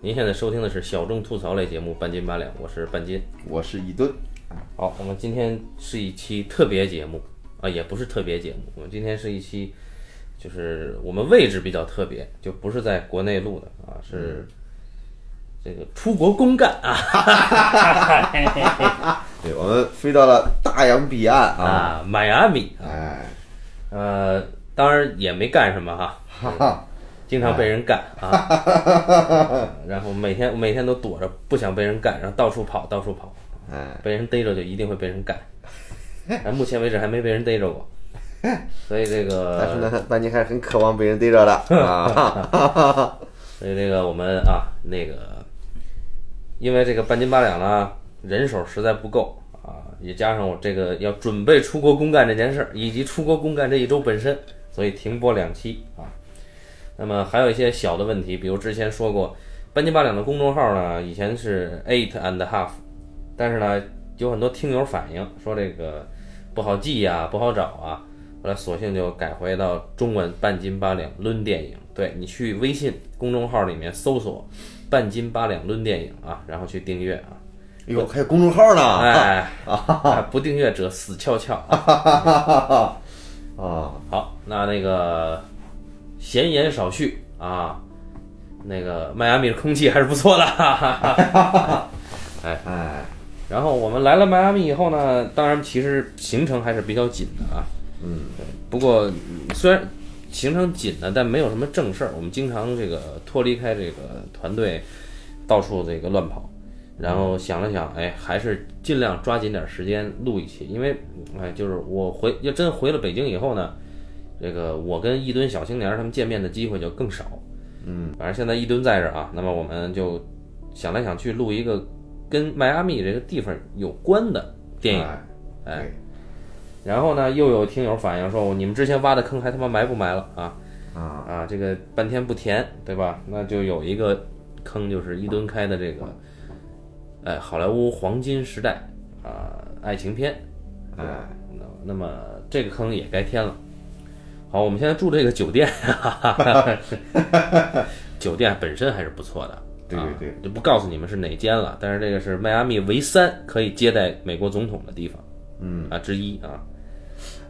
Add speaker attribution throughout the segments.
Speaker 1: 您现在收听的是小众吐槽类节目《半斤八两》，我是半斤。
Speaker 2: 我是一吨，
Speaker 1: 好，我们今天是一期特别节目啊，也不是特别节目，我们今天是一期，就是我们位置比较特别，就不是在国内录的啊，是这个出国公干啊
Speaker 2: 对，我们飞到了大洋彼岸啊，
Speaker 1: 啊，迈阿密，
Speaker 2: 哎，
Speaker 1: 呃，当然也没干什么哈，
Speaker 2: 哈哈，
Speaker 1: 经常被人干啊，然后每天每天都躲着，不想被人干，然后到处跑，到处跑，
Speaker 2: 哎，
Speaker 1: 被人逮着就一定会被人 干。但目前为止还没被人逮着过，所以这
Speaker 2: 但是
Speaker 1: 个，
Speaker 2: 呢，班尼还是很渴望被人 逮着的啊，
Speaker 1: 所以这个我们啊，那个，因为这个半斤八两呢，人手实在不够啊，也加上我这个要准备出国公干这件事儿，以及出国公干这一周本身，所以停播两期啊。那么还有一些小的问题，比如之前说过，半斤八两的公众号呢，以前是 eight and half，但是呢，有很多听友反映说这个不好记呀、不好找啊，后来索性就改回到中文半斤八两抡电影。对你去微信公众号里面搜索“半斤八两抡电影”啊，然后去订阅啊。
Speaker 2: 哎呦，还有公众号 呢，
Speaker 1: 哎，哎不订阅者死翘翘。
Speaker 2: 啊，
Speaker 1: 好，那那个闲言少叙啊，那个迈阿密的空气还是不错的。哈哈哈
Speaker 2: 哎，
Speaker 1: 然后我们来了迈阿密以后呢，当然其实行程还是比较紧的啊。嗯，不过嗯虽然行程紧呢，但没有什么正事儿。我们经常这个脱离开这个团队，到处这个乱跑。然后想了想，哎，还是尽量抓紧点时间录一期，因为哎，就是我回要真回了北京以后呢，这个我跟一吨小青年儿他们见面的机会就更少。嗯，反正现在一吨在这儿啊，那么我们就想来想去录一个跟迈阿密这个地方有关的电影。哎
Speaker 2: 哎，
Speaker 1: 然后呢，又有听友反映说，你们之前挖的坑还他妈埋不埋了啊？
Speaker 2: 啊，
Speaker 1: 啊，这个半天不填，对吧？那就有一个坑，就是一吨开的这个，哎，好莱坞黄金时代啊、爱情片。
Speaker 2: 哎，
Speaker 1: 那那么这个坑也该填了。好，我们现在住这个酒店， 酒店本身还是不错的。
Speaker 2: 对对对
Speaker 1: 啊，就不告诉你们是哪间了。但是这个是迈阿密唯三可以接待美国总统的地方，嗯啊之一啊。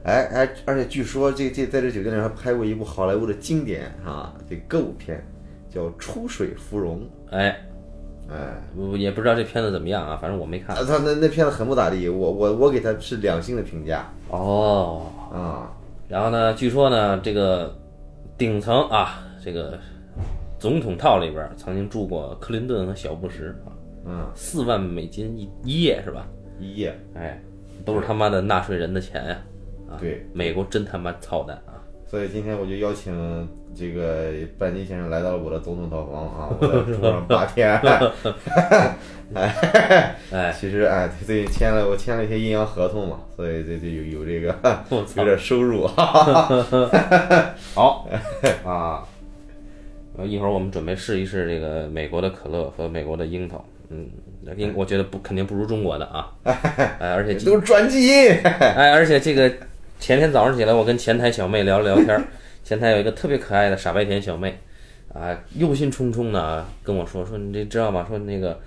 Speaker 2: 哎哎，而且据说这这在这酒店里还拍过一部好莱坞的经典啊，这歌舞片叫《出水芙蓉
Speaker 1: 哎，》，
Speaker 2: 哎。
Speaker 1: 我也不知道这片子怎么样啊，反正我没看
Speaker 2: 啊，。他那那片子很不咋地，我我我给他是两星的评价
Speaker 1: 哦，
Speaker 2: 啊，
Speaker 1: 然后呢，据说呢，这个顶层啊，这个总统套里边儿曾经住过克林顿和小布什啊，
Speaker 2: 嗯，
Speaker 1: 四万美金一一夜是吧？
Speaker 2: 一夜，
Speaker 1: 哎，都是他妈的纳税人的钱呀、啊！
Speaker 2: 对，
Speaker 1: 美国真他妈操蛋啊！
Speaker 2: 所以今天我就邀请这个半斤先生来到了我的总统套 房啊，我在住上八天。哎，其实哎，最近签了我签了一些阴阳合同嘛，所以这这有有这个
Speaker 1: 我操
Speaker 2: 有点收入。啊
Speaker 1: 好啊，呃一会儿我们准备试一试这个美国的可乐和美国的樱桃，嗯，英我觉得不肯定不如中国的啊，哎，而且
Speaker 2: 都是转基因，
Speaker 1: 哎，而且这个前天早上起来，我跟前台小妹聊了聊天儿， 前台有一个特别可爱的傻白甜小妹，啊，忧心忡忡的跟我说说，你这知道吗？说那个，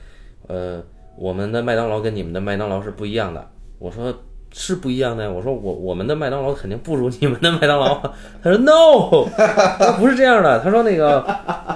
Speaker 1: 呃，我们的麦当劳跟你们的麦当劳是不一样的。我说是不一样的呀，我说我我们的麦当劳肯定不如你们的麦当劳 啊。她说 no，她说不是这样的。她说那个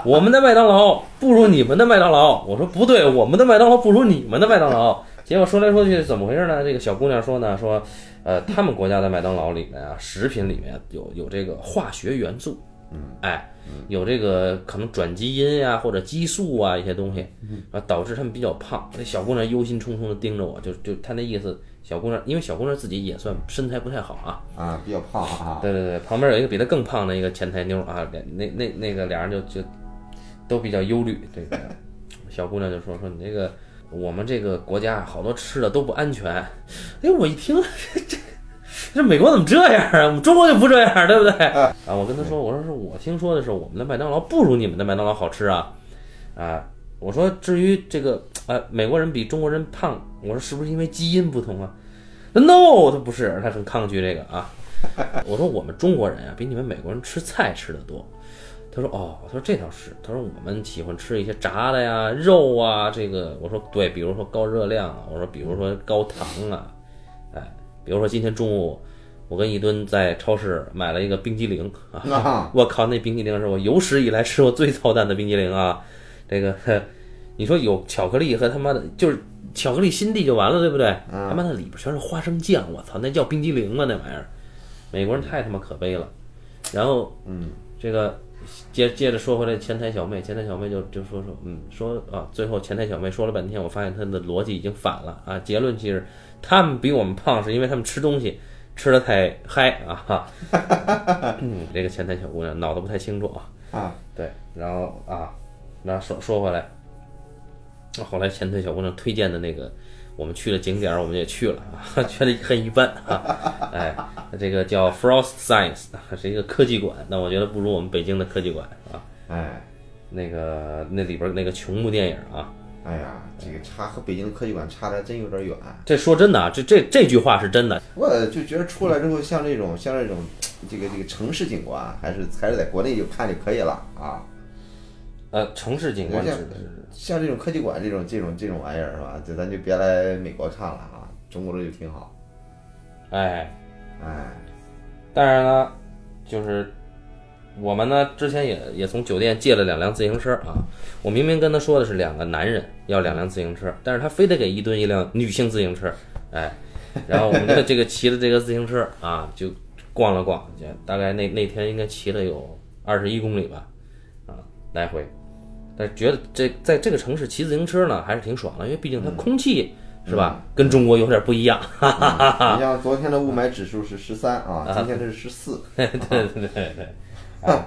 Speaker 1: 我们的麦当劳不如你们的麦当劳。我说不对，我们的麦当劳不如你们的麦当劳。结果说来说去怎么回事呢？这个小姑娘说呢，说呃，他们国家的麦当劳里面啊，食品里面有有这个化学元素，嗯，哎，有这个可能转基因呀、或者激素啊一些东西，啊，导致他们比较胖。那小姑娘忧心忡忡的盯着我，就就她那意思，小姑娘，因为小姑娘自己也算身材不太好啊，
Speaker 2: 啊，比较胖啊，
Speaker 1: 对对对，旁边有一个比她更胖的一个前台妞啊，俩那那那个俩人就就都比较忧虑。这个小姑娘就说说你这个我们这个国家好多吃的都不安全。哎，我一听这这这美国怎么这样啊？我们中国就不这样，对不对？啊，我跟她说，我说是我听说的是我们的麦当劳不如你们的麦当劳好吃啊啊。我说，至于这个，呃，美国人比中国人胖，我说是不是因为基因不同啊？No，他不是，他 很抗拒这个啊。我说我们中国人啊，比你们美国人吃菜吃的多。他说哦，他说这倒是，他说我们喜欢吃一些炸的呀、肉啊，这个我说对，比如说高热量啊，我说比如说高糖啊，哎，比如说今天中午我跟一吨在超市买了一个冰激凌啊，
Speaker 2: 啊，
Speaker 1: 我靠，那冰激凌是我有史以来吃过最操蛋的冰激凌啊！这个， 呵你说有巧克力和他妈的，就是巧克力心地就完了，对不对？他妈的里边全是花生酱，我操，那叫冰激凌啊吗？那玩意儿，美国人太他妈可悲了。然后，嗯，这个接接着说回来，前台小妹，前台小妹就就说说，嗯，说啊，最后前台小妹说了半天，我发现她的逻辑已经反了啊，结论其实他们比我们胖是因为他们吃东西吃的太嗨啊。哈嗯，这个前台小姑娘脑子不太清楚啊。
Speaker 2: 啊，
Speaker 1: 对，然后啊，那说说回来，那后来前台小姑娘推荐的那个我们去的景点儿，我们也去了啊， 觉得很一般啊。哎，这个叫 Frost Science，是一个科技馆，但我觉得不如我们北京的科技馆啊。
Speaker 2: 哎，
Speaker 1: 那个那里边儿那个琼木电影啊，
Speaker 2: 哎呀，这个差和北京科技馆差的还真有点远。
Speaker 1: 这说真的啊，这这这句话是真的，
Speaker 2: 我就觉得出来之后，像这种像这种这个这个城市景观，还是还是在国内就看就可以了啊。
Speaker 1: 呃，城市景观指的是。
Speaker 2: 像这种科技馆这种这种这种玩意儿是吧？就咱就别来美国看了啊，中国的就挺好。
Speaker 1: 哎，
Speaker 2: 哎，
Speaker 1: 当然了，就是我们呢之前也也从酒店借了两辆自行车啊。我明明跟他说的是两个男人要两辆自行车，但是他非得给一吨一辆女性自行车，哎，然后我们就这个骑着这个自行车啊，就逛了逛，就大概那那天应该骑了有二十一公里吧，啊，来回。但是觉得这在这个城市骑自行车呢，还是挺爽的，因为毕竟它空气、是吧，跟中国有点不一样。
Speaker 2: 你像昨天的雾霾指数是十三啊，今天这是十四。
Speaker 1: 对对对对，啊，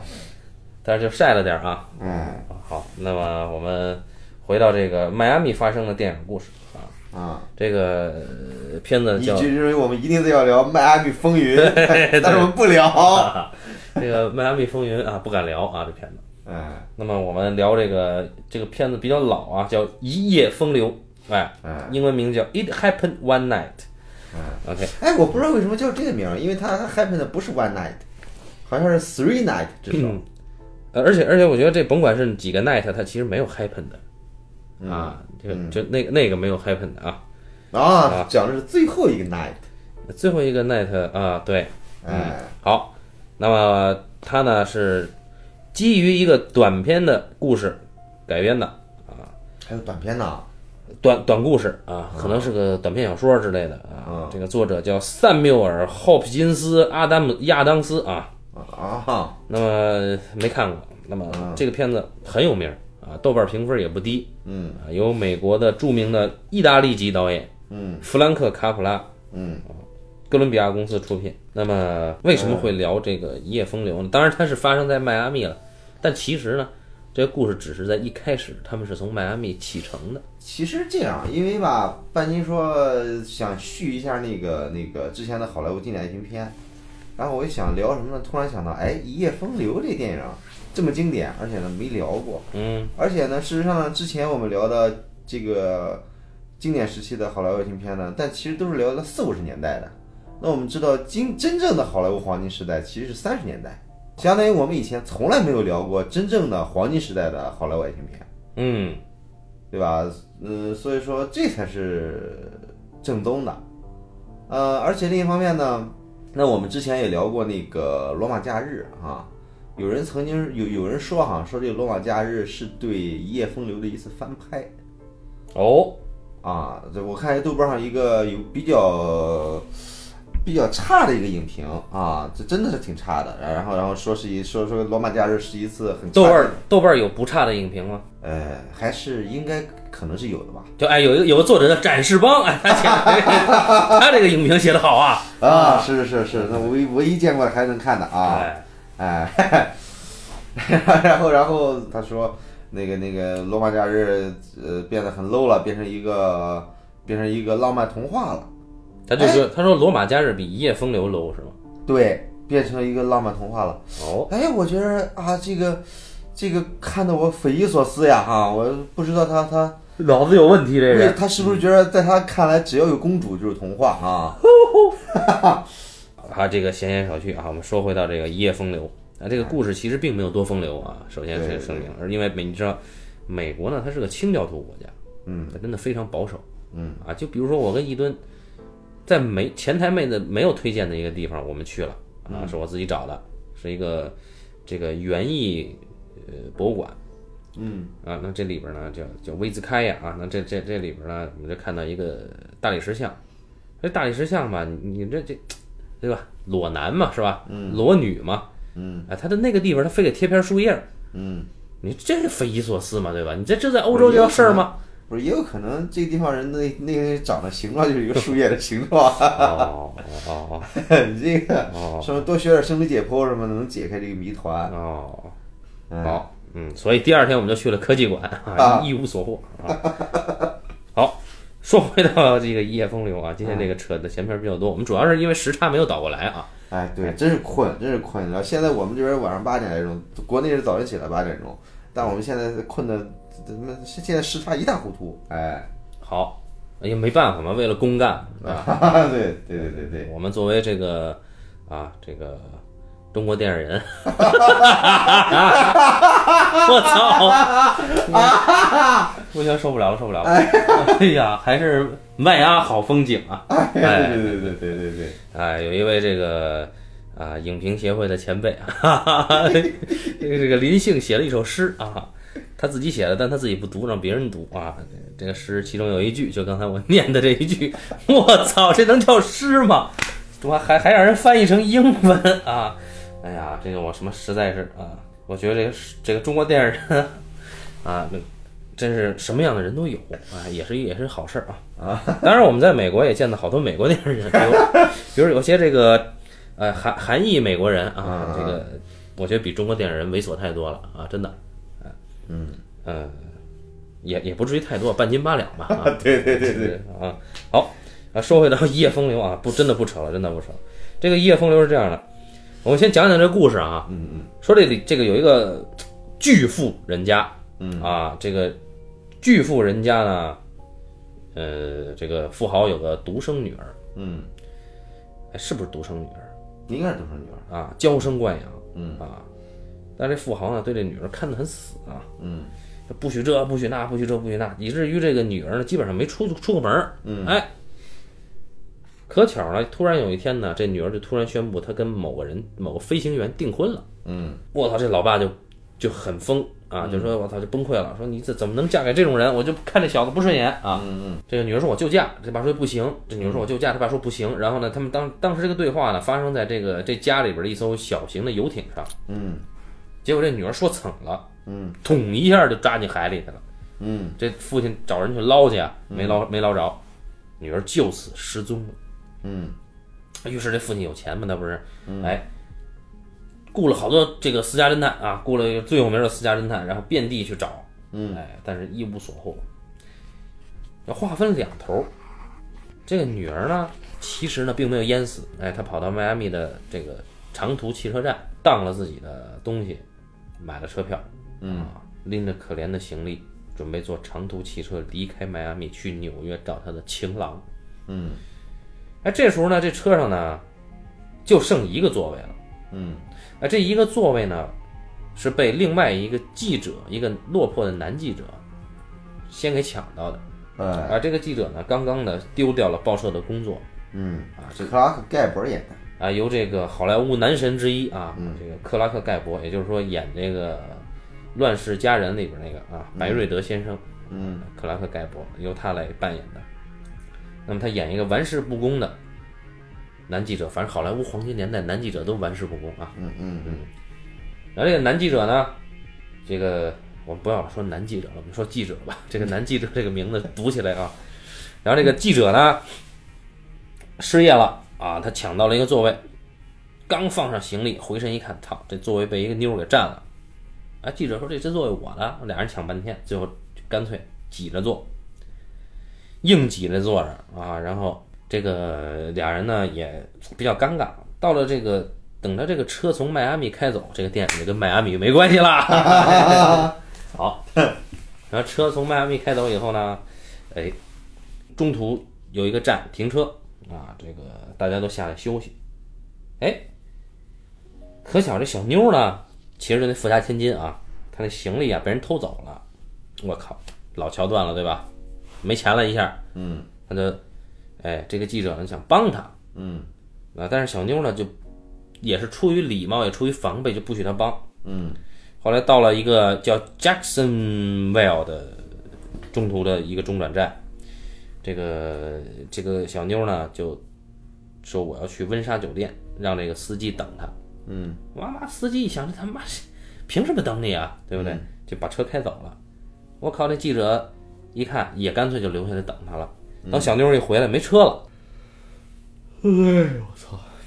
Speaker 1: 但是就晒了点儿啊。
Speaker 2: 哎，
Speaker 1: 好，那么我们回到这个迈阿密发生的电影故事啊，
Speaker 2: 啊，
Speaker 1: 这个呃片子
Speaker 2: 你
Speaker 1: 叫
Speaker 2: 就认为我们一定得要聊迈阿密风云，但是我们不聊。
Speaker 1: 这个《迈阿密风云》啊，不敢聊啊，这片子。
Speaker 2: 哎
Speaker 1: 那么我们聊这个这个片子比较老啊，叫《一夜风流》，哎，
Speaker 2: 哎
Speaker 1: 英文名叫《It Happened One Night
Speaker 2: 哎。》。
Speaker 1: OK，
Speaker 2: 哎，我不知道为什么叫这个名儿，因为它 happen 的不是 one night，好像是 three night 至少。
Speaker 1: 呃，而且而且我觉得这甭管是几个 night，它其实没有 happen 的
Speaker 2: 嗯
Speaker 1: 啊，就就那个那个没有 happen 的啊。
Speaker 2: 啊，讲的是最后一个 night。
Speaker 1: 最后一个 night 啊，对，
Speaker 2: 哎，
Speaker 1: 好，那么它呢是基于一个短篇的故事改编的
Speaker 2: 还有短片呢。
Speaker 1: 短短故事啊，可能是个短篇小说之类的啊。这个作者叫塞缪尔·霍普金斯·阿达姆·亚当斯啊，
Speaker 2: 啊，
Speaker 1: 那么没看过。那么这个片子很有名啊，豆瓣评分也不低
Speaker 2: 嗯
Speaker 1: 啊，由美国的著名的意大利籍导演
Speaker 2: 嗯
Speaker 1: 弗兰克·卡普拉啊
Speaker 2: 嗯，
Speaker 1: 哥伦比亚公司出品。那么为什么会聊这个《一夜风流》呢？当然它是发生在迈阿密了，但其实呢，这个故事只是在一开始，他们是从迈阿密启程的。
Speaker 2: 其实这样，因为吧，半斤说想续一下那个那个之前的好莱坞经典爱情片，然后我一想聊什么呢？突然想到，哎，《一夜风流》这电影这么经典，而且呢没聊过，
Speaker 1: 嗯，
Speaker 2: 而且呢，事实上呢，之前我们聊的这个经典时期的好莱坞爱情片呢，但其实都是聊了四五十年代的。那我们知道，今真正的好莱坞黄金时代其实是三十年代，相当于我们以前从来没有聊过真正的黄金时代的好莱坞爱情片，
Speaker 1: 嗯，
Speaker 2: 对吧？嗯，所以说这才是正宗的。呃，而且另一方面呢，那我们之前也聊过那个《罗马假日》啊，有人曾经有有人说哈、说这个《罗马假日》是对《一夜风流》的一次翻拍。
Speaker 1: 哦，
Speaker 2: 啊，这我看豆瓣上一个有比较比较差的一个影评啊，这真的是挺差的。然后然后说是一说说罗马假日是一次很
Speaker 1: 豆
Speaker 2: 差
Speaker 1: 瓣
Speaker 2: 的，
Speaker 1: 儿豆瓣儿有不差的影评吗？
Speaker 2: 呃，还是应该可能是有的吧。
Speaker 1: 就哎，有一个有个作者叫展示邦，哎，他写他这个影评写的 好啊，
Speaker 2: 啊，是是是，那唯唯一见过还能看的啊，
Speaker 1: 哎，
Speaker 2: 哎， 然后然后他说那个那个罗马假日呃变得很 low 了，变成一个变成一个浪漫童话了，
Speaker 1: 他就说他说罗马假日比一夜风流 low 是吗？
Speaker 2: 对，变成一个浪漫童话了。
Speaker 1: 哦，
Speaker 2: 哎，我觉得啊，这个这个看得我匪夷所思呀哈！我不知道他他
Speaker 1: 脑子有问题这
Speaker 2: 为他是不是觉得在他看来，只要有公主就是童话啊？
Speaker 1: 啊，这个闲言少叙啊，我们说回到这个一夜风流啊，这个故事其实并没有多风流啊。首先
Speaker 2: 对
Speaker 1: 是声明，而因为美你知道，美国呢，它是个清教徒国家，
Speaker 2: 嗯，
Speaker 1: 它真的非常保守，嗯啊，就比如说我跟一吨，在没前台妹子没有推荐的一个地方，我们去了啊，是我自己找的，是一个这个园艺呃博物馆，嗯啊，那这里边呢叫叫威兹开呀啊，那这这这里边呢，我们就看到一个大理石像，这大理石像吧，你你这这。对吧？裸男嘛，是吧？嗯，裸女嘛，啊，他的那个地方他非得贴片树叶儿，
Speaker 2: 嗯，
Speaker 1: 你这是匪夷所思嘛，对吧？你这这在欧洲就要事儿吗？
Speaker 2: 不是，也有可能这个地方人的那那个长的形状就是一个树叶的形状，
Speaker 1: 哦哦
Speaker 2: 你这个什么多学点生理解剖什么的，能解开这个谜团。
Speaker 1: 哦哦，
Speaker 2: 嗯，
Speaker 1: 好，嗯，所以第二天我们就去了科技馆啊，一无所获啊。好，说回到这个一夜风流啊，今天这个扯的闲篇儿比较多，我们主要是因为时差没有倒过来啊。
Speaker 2: 哎，对，真是困，真是困。你知道现在我们这边晚上八点来钟，国内是早晨起来八点钟，但我们现在困的，怎么现在时差一塌糊涂。哎，
Speaker 1: 好，哎呀，没办法嘛，为了公干啊，
Speaker 2: 对对对对对，
Speaker 1: 我们作为这个啊，这个中国电影人，我操！不行，受不了了，受不了了！哎呀，还是麦芽好风景啊！
Speaker 2: 对
Speaker 1: 哎，
Speaker 2: 对对对对对对，
Speaker 1: 哎，有一位这个啊影评协会的前辈啊，哈哈哈 这个这个林姓写了一首诗啊，他自己写的，但他自己不读，让别人读啊。这个诗其中有一句，就刚才我 念的这一句，我操，这能叫诗吗？怎么还还让人翻译成英文啊？哎呀，这个我什么实在是啊，我觉得这个是这个中国电影人啊，那真是什么样的人都有啊，也是也是好事儿啊啊！当然，我们在美国也见到好多美国电影人，比如比如有些这个呃韩韩裔美国人啊
Speaker 2: 嗯，，
Speaker 1: 这个我觉得比中国电影人猥琐太多了啊，真的，嗯嗯。也也不至于太多，半斤八两吧。啊
Speaker 2: 对对对对，
Speaker 1: 对啊，好啊，说回到一夜风流啊，不真的不扯了，真的不扯了。这个一夜风流是这样的，我们先讲讲这故事啊。
Speaker 2: 嗯嗯
Speaker 1: 说这里这个有一个巨富人家，嗯啊，这个巨富人家呢，呃，这个富豪有个独生女儿，
Speaker 2: 嗯，
Speaker 1: 哎，是不是独生女儿
Speaker 2: 你应该是独生女儿，
Speaker 1: 啊？娇生惯养，
Speaker 2: 嗯
Speaker 1: 啊，但这富豪呢，对这女儿看得很死啊，
Speaker 2: 嗯
Speaker 1: 不许这，不许那，不许这，不许那，以至于这个女儿呢，基本上没出出过门儿。
Speaker 2: 嗯
Speaker 1: 哎，可巧呢，突然有一天呢，这女儿就突然宣布她跟某个人、某个飞行员订婚了。
Speaker 2: 嗯
Speaker 1: 我操，这老爸就就很疯啊，就说我操就崩溃了，说你这怎么能嫁给这种人？我就看这小子不顺眼啊。
Speaker 2: 嗯
Speaker 1: 这个女儿说我就嫁，这爸说不行，这女儿说我就嫁，这爸说不行。然后呢，他们当当时这个对话呢，发生在这个这家里边的一艘小型的游艇上，
Speaker 2: 嗯嗯
Speaker 1: 结果这女儿说蹭了，
Speaker 2: 嗯，
Speaker 1: 捅一下就扎进海里去了。
Speaker 2: 嗯，
Speaker 1: 这父亲找人去捞去啊，没捞没捞着，女儿就此失踪了。
Speaker 2: 嗯，
Speaker 1: 于是这父亲有钱嘛，那不是，哎，雇了好多这个私家侦探啊，雇了一个最有名的私家侦探，然后遍地去找，
Speaker 2: 嗯
Speaker 1: 哎，但是一无所获。要话分两头儿，这个女儿呢，其实呢并没有淹死，哎，她跑到迈阿密的这个长途汽车站，当了自己的东西，买了车票，嗯、啊，拎着可怜的行李，准备坐长途汽车离开迈阿密去纽约找她的情郎。
Speaker 2: 嗯
Speaker 1: 哎，这时候呢，这车上呢就剩一个座位了。
Speaker 2: 嗯
Speaker 1: 哎，这一个座位呢是被另外一个记者，一个落魄的男记者先给抢到的。
Speaker 2: 哎
Speaker 1: 啊，这个记者呢，刚刚呢丢掉了报社的工作
Speaker 2: 嗯，
Speaker 1: 啊，这
Speaker 2: 克拉克盖博演的，
Speaker 1: 啊由这个好莱坞男神之一啊，
Speaker 2: 嗯
Speaker 1: 这个克拉克盖博，也就是说演这个《乱世佳人》里边那个啊白瑞德先生，
Speaker 2: 嗯
Speaker 1: 克拉克盖博由他来扮演的。那么他演一个玩世不恭的男记者，反正好莱坞黄金年代男记者都玩世不恭啊。
Speaker 2: 嗯嗯嗯
Speaker 1: 然后这个男记者呢，这个我们不要说男记者了，我们说记者吧。 这个男记者这个名字读起来啊，然后这个记者呢失业了啊，他抢到了一个座位，刚放上行李，回身一看，操，这座位被一个妞儿给占了。啊，记者说这这座位我的，俩人抢半天，最后就干脆挤着坐，硬挤着坐着啊。然后这个俩人呢也比较尴尬，到了这个等着这个车从迈阿密开走，这个电影就跟迈阿密没关系啦。 好，然后车从迈阿密开走以后呢，哎，中途有一个站停车啊，这个大家都下来休息。哎，可巧这小妞呢，其实就那富家千金啊，她那行李啊被人偷走了，我靠，老桥段了对吧？没钱了一下，
Speaker 2: 嗯
Speaker 1: 他就，哎，这个记者呢想帮他
Speaker 2: 嗯
Speaker 1: 啊，但是小妞呢就也是出于礼貌，也出于防备，就不许他帮。
Speaker 2: 嗯
Speaker 1: 后来到了一个叫 Jacksonville 的中途的一个中转站，这个这个小妞呢就说我要去温莎酒店，让这个司机等她。
Speaker 2: 嗯，
Speaker 1: 哇妈，司机一想这他妈是凭什么等你啊，对不对？就把车开走了。我靠，那记者一看也干脆就留下来等她了。等小妞一回来没车了，哎呦我操！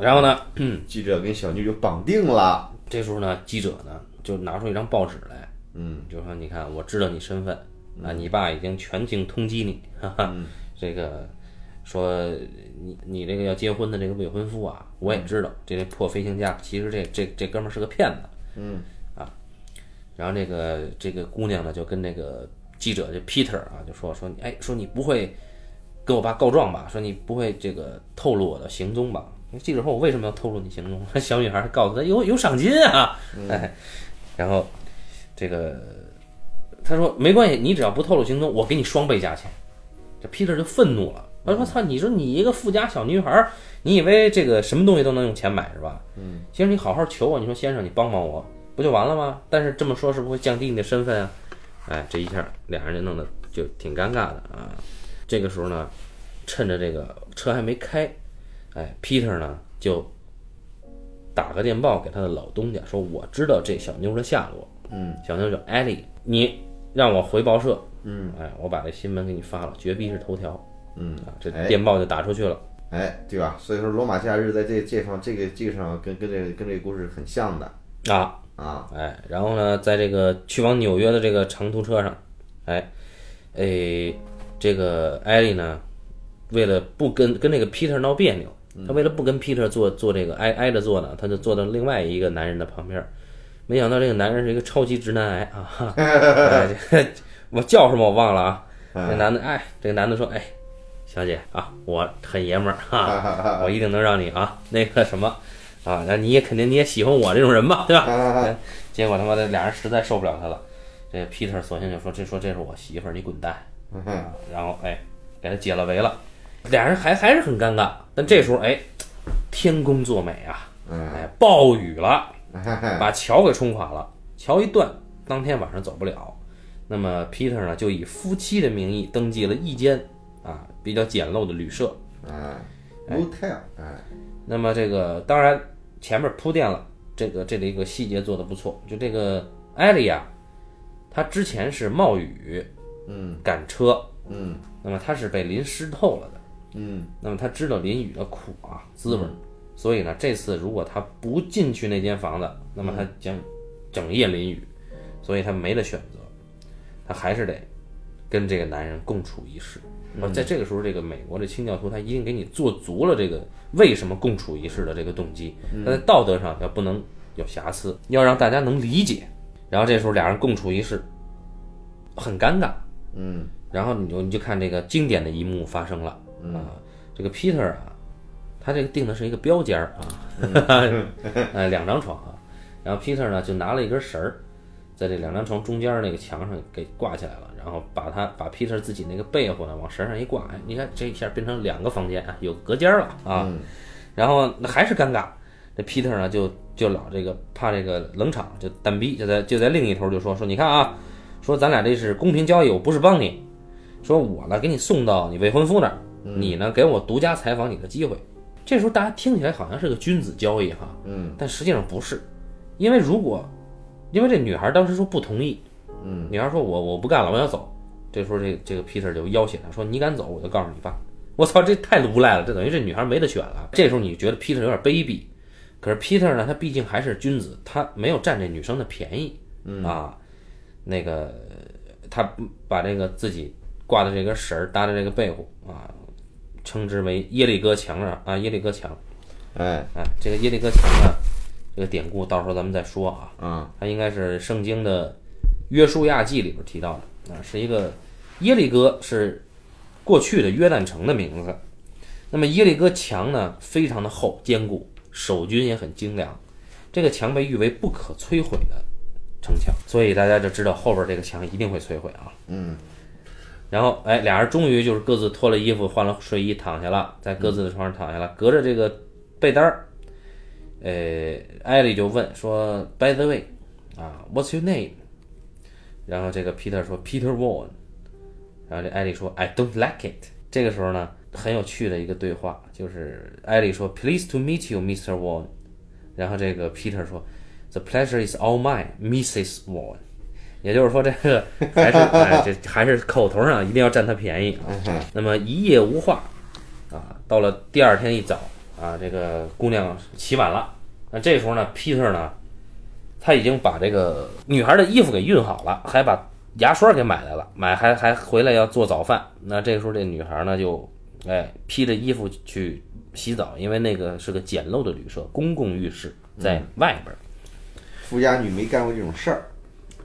Speaker 1: 然后呢，
Speaker 2: 记者跟小妞就绑定了。
Speaker 1: 这时候呢，记者呢就拿出一张报纸来，
Speaker 2: 嗯
Speaker 1: 就说：“你看，我知道你身份，啊，你爸已经全境通缉你，哈哈，
Speaker 2: 嗯
Speaker 1: 这个说你你这个要结婚的这个未婚夫啊，我也知道，这这破飞行家其实这这这哥们儿是个骗子，啊
Speaker 2: 嗯
Speaker 1: 然后这个这个姑娘呢，就跟那个记者就 Peter 啊，就说说你哎，说你不会跟我爸告状吧？说你不会这个透露我的行踪吧？那记者说，我为什么要透露你行踪？ 小女孩告诉他有有赏金啊，
Speaker 2: 嗯
Speaker 1: 哎，然后这个他说没关系，你只要不透露行踪，我给你双倍价钱。这 Peter 就愤怒了，他说操，你说你一个富家小女孩儿，你以为这个什么东西都能用钱买是吧？
Speaker 2: 嗯
Speaker 1: 其实你好好求我，你说先生，你帮帮我，不就完了吗？但是这么说是不是会降低你的身份啊？哎，这一下俩人就弄得就挺尴尬的啊。这个时候呢，趁着这个车还没开，哎，Peter 呢就打个电报给他的老东家说，我知道这小妞的下落。
Speaker 2: 嗯，
Speaker 1: 小妞叫艾莉，你让我回报社。
Speaker 2: 嗯，
Speaker 1: 哎，我把这新闻给你发了，绝逼是头条
Speaker 2: 嗯，
Speaker 1: 啊！这
Speaker 2: 哎
Speaker 1: 电报就打出去了。
Speaker 2: 哎，对吧？所以说罗马假日在这这方这个这个上跟跟这个跟这个故事很像的
Speaker 1: 啊，
Speaker 2: 啊。
Speaker 1: 哎，然后呢，在这个去往纽约的这个长途车上，哎，哎，这个艾莉呢，为了不跟跟那个 Peter 闹别扭，她为了不跟 Peter 坐坐这个挨挨着坐呢，她就坐到另外一个男人的旁边儿。没想到这个男人是一个超级直男癌啊！哈哎 这我叫什么我忘了啊。这男的哎，这个男的说哎，小姐啊，我很爷们儿哈、我一定能让你啊那个什么啊，那你也肯定你也喜欢我这种人吧，对吧？结果他妈的俩人实在受不了他了，这 Peter 索性就说：“这说这是我媳妇儿，你滚蛋。啊”然后哎，给他解了围了，俩人还还是很尴尬。但这时候哎，天公作美啊，
Speaker 2: 嗯
Speaker 1: 哎，暴雨了，把桥给冲垮了，桥一断，当天晚上走不了。那么 Peter 呢，就以夫妻的名义登记了一间啊比较简陋的旅社。
Speaker 2: 哎，motel，哎，
Speaker 1: 那么这个当然前面铺垫了，这个这里一个细节做的不错，就这个艾莉亚，她之前是冒雨
Speaker 2: 嗯
Speaker 1: 赶车，
Speaker 2: 嗯
Speaker 1: 那么她是被淋湿透了的，
Speaker 2: 嗯
Speaker 1: 那么她知道淋雨的苦啊滋味儿，所以呢，这次如果她不进去那间房子，那么她
Speaker 2: 嗯
Speaker 1: 将整夜淋雨，所以她没得选择，她还是得跟这个男人共处一室。而在这个时候，这个美国的清教徒他一定给你做足了这个为什么共处一室的这个动机，但在道德上要不能有瑕疵，要让大家能理解。然后这时候俩人共处一室，很尴尬。
Speaker 2: 嗯
Speaker 1: 然后你就你就看这个经典的一幕发生了、啊，这个 Peter 啊，他这个定的是一个标间儿啊，呃两张床啊，然后 Peter 呢就拿了一根绳儿，在这两张床中间儿那个墙上给挂起来了，然后把他把 Peter 自己那个被窝呢往绳上一挂，哎，你看这一下变成两个房间啊，有隔间儿了啊，然后那还是尴尬，这 Peter 呢就就老这个怕这个冷场，就蛋逼就在就在另一头就说说你看啊。说咱俩这是公平交易，我不是帮你，说我呢给你送到你未婚夫那儿，
Speaker 2: 嗯
Speaker 1: 你呢给我独家采访你的机会。这时候大家听起来好像是个君子交易哈，
Speaker 2: 嗯
Speaker 1: 但实际上不是，因为如果，因为这女孩当时说不同意，
Speaker 2: 嗯，
Speaker 1: 女孩说我我不干了，我要走。这时候这这个 Peter 就要挟她说你敢走，我就告诉你爸。我操，这太无赖了，这等于这女孩没得选了。这时候你觉得 Peter 有点卑鄙，可是 Peter 呢，他毕竟还是君子，他没有占这女生的便宜，
Speaker 2: 嗯
Speaker 1: 啊，那个他把这个自己挂的这根绳儿搭的这个被褥啊，称之为耶利哥墙啊啊耶利哥墙。
Speaker 2: 哎
Speaker 1: 哎，这个耶利哥墙呢，这个典故到时候咱们再说啊。
Speaker 2: 啊，
Speaker 1: 它应该是圣经的约书亚记里边提到的啊，是一个耶利哥是过去的约旦城的名字。那么耶利哥墙呢，非常的厚坚固，守军也很精良，这个墙被誉为不可摧毁的城墙，所以大家就知道后边这个墙一定会摧毁啊。嗯。然后，哎，俩人终于就是各自脱了衣服，换了睡衣，躺下了，在各自的床上躺下了，隔着这个被单儿，呃，艾莉就问说：“By the way，啊，What's your name？” 然后这个 Peter 说：“Peter Vaughan。”然后这艾莉说：“I don't like it。”这个时候呢，很有趣的一个对话就是艾莉说：“Pleased to meet you, Mr. Vaughan。”然后这个 Peter 说：“The pleasure is all mine, Mrs. Vaughan。”也就是说，这个还是哎，这还是口头上一定要占他便宜啊。那么一夜无话啊，到了第二天一早啊，这个姑娘起晚了。那这时候呢，Peter 呢，他已经把这个女孩的衣服给熨好了，还把牙刷给买来了，买还还回来要做早饭。那这时候这女孩呢就哎披着衣服去洗澡，因为那个是个简陋的旅社，公共浴室在外边。
Speaker 2: 富家女没干过这种事儿，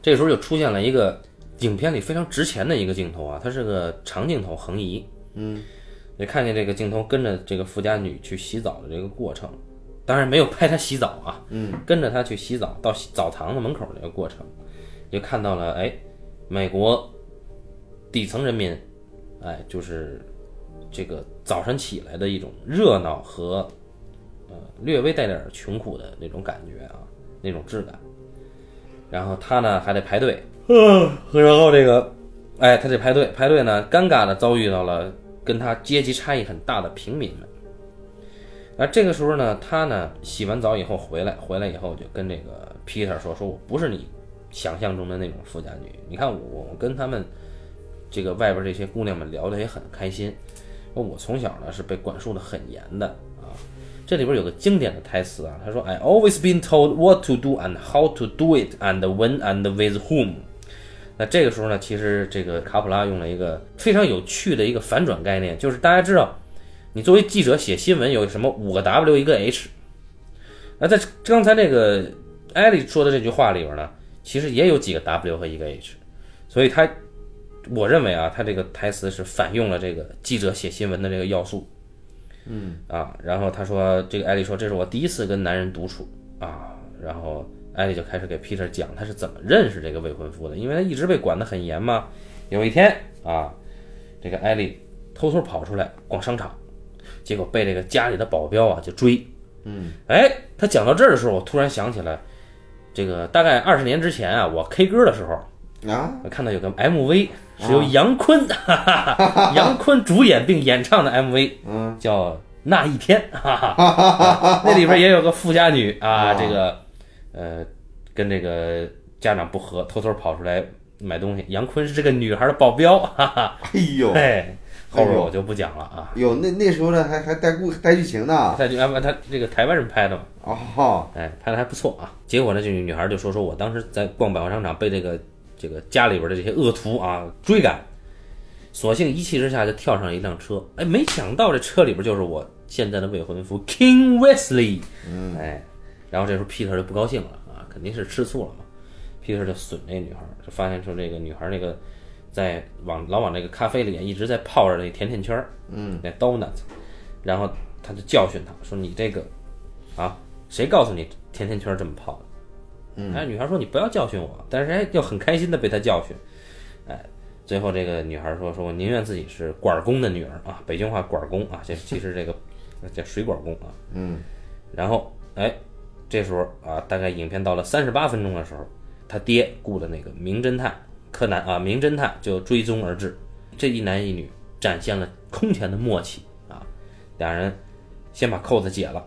Speaker 1: 这时候就出现了一个影片里非常值钱的一个镜头啊，它是个长镜头横移，嗯，也看见这个镜头跟着这个富家女去洗澡的这个过程，当然没有拍她洗澡啊，嗯，跟着她去洗澡到洗澡堂子门口这个过程，就看到了哎，美国底层人民，哎，就是这个早晨起来的一种热闹和呃略微带点儿穷苦的那种感觉啊，那种质感。然后他呢还得排队，然后这个，哎，他得排队，排队呢，尴尬的遭遇到了跟他阶级差异很大的平民们。而这个时候呢，他呢洗完澡以后回来，回来以后就跟这个 Peter 说：“说我不是你想象中的那种富家女，你看我我跟他们这个外边这些姑娘们聊得也很开心。说我从小呢是被管束的很严的啊。这里边有个经典的台词啊，他说：“I always been told what to do and how to do it and when and with whom。”那这个时候呢，其实这个卡普拉用了一个非常有趣的一个反转概念，就是大家知道，你作为记者写新闻有什么五个 W 一个 H。那在刚才这个艾丽说的这句话里边呢，其实也有几个 W 和一个 H，所以他，我认为啊，他这个台词是反用了这个记者写新闻的这个要素。啊，然后他说，这个艾丽说这是我第一次跟男人独处啊，然后艾丽就开始给 Peter 讲他是怎么认识这个未婚夫的，因为他一直被管得很严嘛。有一天啊，这个艾丽偷偷跑出来逛商场，结果被这个家里的保镖啊就追。嗯，哎，他讲到这儿的时候，我突然想起来，这个大概二十年之前啊，我 K 歌的时候，
Speaker 2: 啊，
Speaker 1: 我看到有个 MV 是由杨坤， 哈 哈，杨坤主演并演唱的 MV，嗯，叫那一天，哈哈， 啊那里边也有个富家女啊，这个呃跟这个家长不和，偷偷跑出来买东西。杨坤是这个女孩的保镖，哈哈，
Speaker 2: 哎呦，
Speaker 1: 哎，后边我就不讲了啊。
Speaker 2: 有那那时候呢，还还带故带剧情呢，
Speaker 1: 他就安排他这个台湾人拍的嘛，
Speaker 2: 哦，
Speaker 1: 哎，拍的还不错啊。结果呢，这女孩就说说我当时在逛百货商场被这个这个家里边的这些恶徒啊追赶，索性一气之下就跳上一辆车，哎，没想到这车里边就是我现在的未婚夫 King Wesley，嗯，哎，然后这时候 Peter 就不高兴了啊，肯定是吃醋了嘛。Peter 就损那女孩，就发现说这个女孩那个在往老往那个咖啡里一直在泡着那甜甜圈儿，嗯，那 donut，然后他就教训她说你这个啊，谁告诉你甜甜圈儿这么泡的？嗯，哎，女孩说你不要教训我，但是哎又很开心的被他教训，哎，最后这个女孩说说我宁愿自己是管工的女儿啊，北京话管工啊，这其实这个叫水管工啊，嗯，然后哎，这时候啊，大概影片到了三十八分钟的时候，他爹雇的那个名侦探柯南啊，名侦探就追踪而至，这一男一女展现了空前的默契啊，俩人先把扣子解了。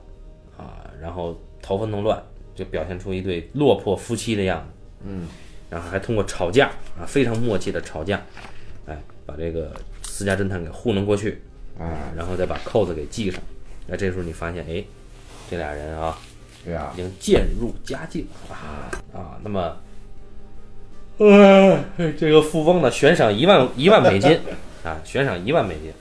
Speaker 1: 啊，然后头发弄乱，就表现出一对落魄夫妻的样子。嗯，然后还通过吵架啊，非常默契的吵架，哎，把这个私家侦探给糊弄过去啊，然后再把扣子给系上。那这时候你发现，哎，这俩人啊，
Speaker 2: 对啊
Speaker 1: 已，经渐入佳境啊啊，那么，呃， 这个富翁呢，悬赏一万一万美金 啊，悬赏一万美金，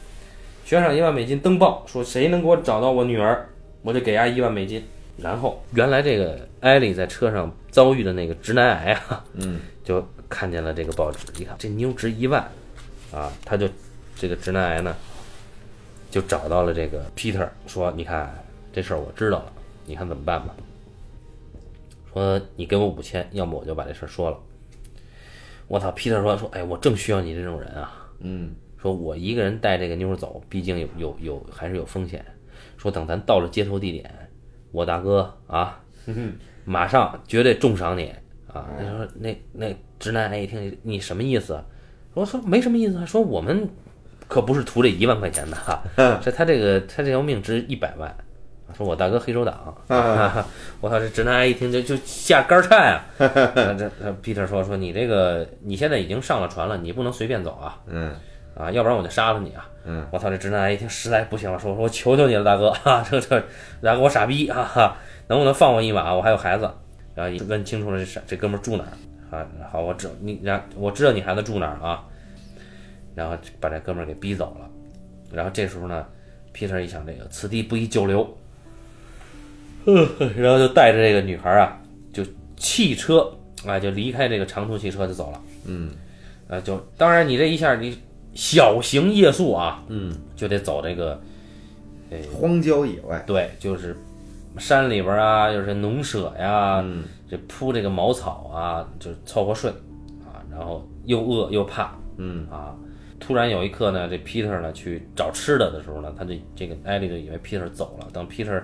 Speaker 1: 悬赏一万美金登报说，谁能给我找到我女儿，我就给丫一万美金。然后，原来这个艾莉在车上遭遇的那个直男癌啊，嗯， 就看见了这个报纸，一看这妞值一万，啊，他就这个直男癌呢，就找到了这个 Peter，说：“你看这事儿我知道了，你看怎么办吧？”说：“你给我五千，要么我就把这事儿说了。”我操！Peter 说：“说哎，我正需要你这种人啊！
Speaker 2: 嗯，
Speaker 1: 说我一个人带这个妞儿走，毕竟有有有还是有风险。说等咱到了接头地点，我大哥啊，马上绝对重赏你啊！”他说：“那那直男癌一听你什么意思啊？”我说：“没什么意思啊，说我们可不是图这一万块钱的哈、这他这个他这条命值一百万。”说我大哥黑手党，我操！这直男癌一听就就下肝儿颤啊！ 这这这 Peter 说说你这个你现在已经上了船了，你不能随便走啊！
Speaker 2: 嗯
Speaker 1: 啊，要不然我就杀了你啊！
Speaker 2: 嗯，
Speaker 1: 我操！这直男癌一听实在不行了，说说我求求你了，大哥啊，这这大哥我傻逼啊，哈能不能放我一马？我还有孩子。然后一问清楚了这傻这哥们儿住哪儿啊？好，我知你然我知道你孩子住哪儿啊，然后就把这哥们儿给逼走了。然后这时候呢，Peter 一想这个此地不宜久留， 然后就带着这个女孩啊，就汽车啊，就离开这个长途汽车就走了。
Speaker 2: 嗯，
Speaker 1: 啊，就当然你这一下你小型夜宿啊，
Speaker 2: 嗯，
Speaker 1: 就得走这个
Speaker 2: 荒郊野外，
Speaker 1: 对，就是山里边啊，就是农舍呀、
Speaker 2: 嗯
Speaker 1: 这铺这个茅草啊，就凑合睡啊，然后又饿又怕
Speaker 2: 嗯
Speaker 1: 啊。突然有一刻呢，这 Peter 呢去找吃的的时候呢，他就这个艾莉就以为 Peter 走了。等 Peter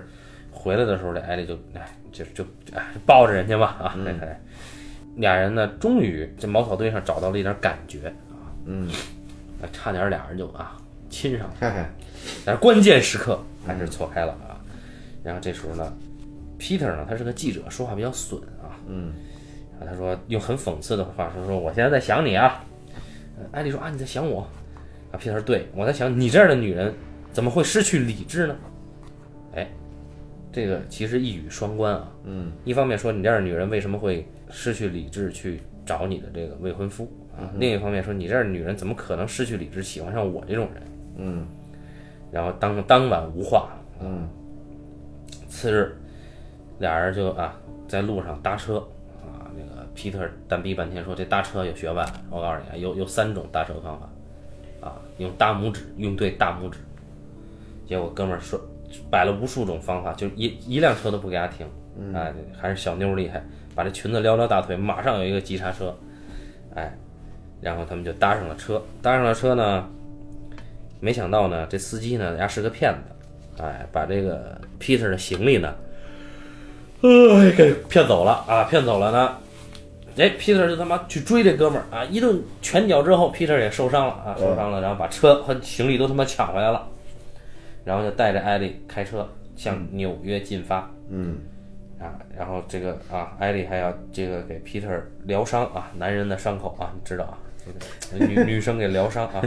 Speaker 1: 回来的时候，这艾莉就哎，就就哎抱着人家吧啊，
Speaker 2: 嗯
Speaker 1: 这哎俩人呢终于这茅草堆上找到了一点感觉啊，
Speaker 2: 嗯，
Speaker 1: 那差点俩人就啊亲上了。
Speaker 2: 嗨嗨，
Speaker 1: 但是关键时刻还是错开了啊。然后这时候呢，Peter 呢，他是个记者，说话比较损啊。
Speaker 2: 嗯。
Speaker 1: 然后他说用很讽刺的话说：“说我现在在想你啊。”呃艾丽说：“啊，你在想我？”啊，Peter 说对我在想你这样的女人怎么会失去理智呢？哎，这个其实一语双关啊。
Speaker 2: 嗯，
Speaker 1: 一方面说你这样的女人为什么会失去理智去找你的这个未婚夫
Speaker 2: 嗯
Speaker 1: 啊，另一方面说你这样的女人怎么可能失去理智喜欢上我这种人？
Speaker 2: 嗯
Speaker 1: 然后当当晚无话。啊
Speaker 2: 嗯
Speaker 1: 次日，俩人就啊在路上搭车啊，那个 Peter 蛋逼半天说这搭车有学问，我告诉你啊，有有三种搭车方法啊，用大拇指，用对大拇指。结果哥们儿说摆了无数种方法，就一一辆车都不给他停啊，还是小妞儿厉害，把这裙子撩撩大腿，马上有一个急刹车，哎，然后他们就搭上了车，搭上了车呢。没想到呢，这司机呢，人家是个骗子，哎，把这个 Peter 的行李呢，哎，给骗走了啊，骗走了呢。哎，Peter 就他妈去追这哥们儿啊，一顿拳脚之后，Peter 也受伤了啊，受伤了，然后把车和行李都他妈抢回来了，然后就带着艾丽开车向纽约进发。
Speaker 2: 嗯
Speaker 1: 啊，然后这个啊，艾丽还要这个给 Peter 疗伤啊，男人的伤口啊，你知道啊，这个女女生给疗伤啊。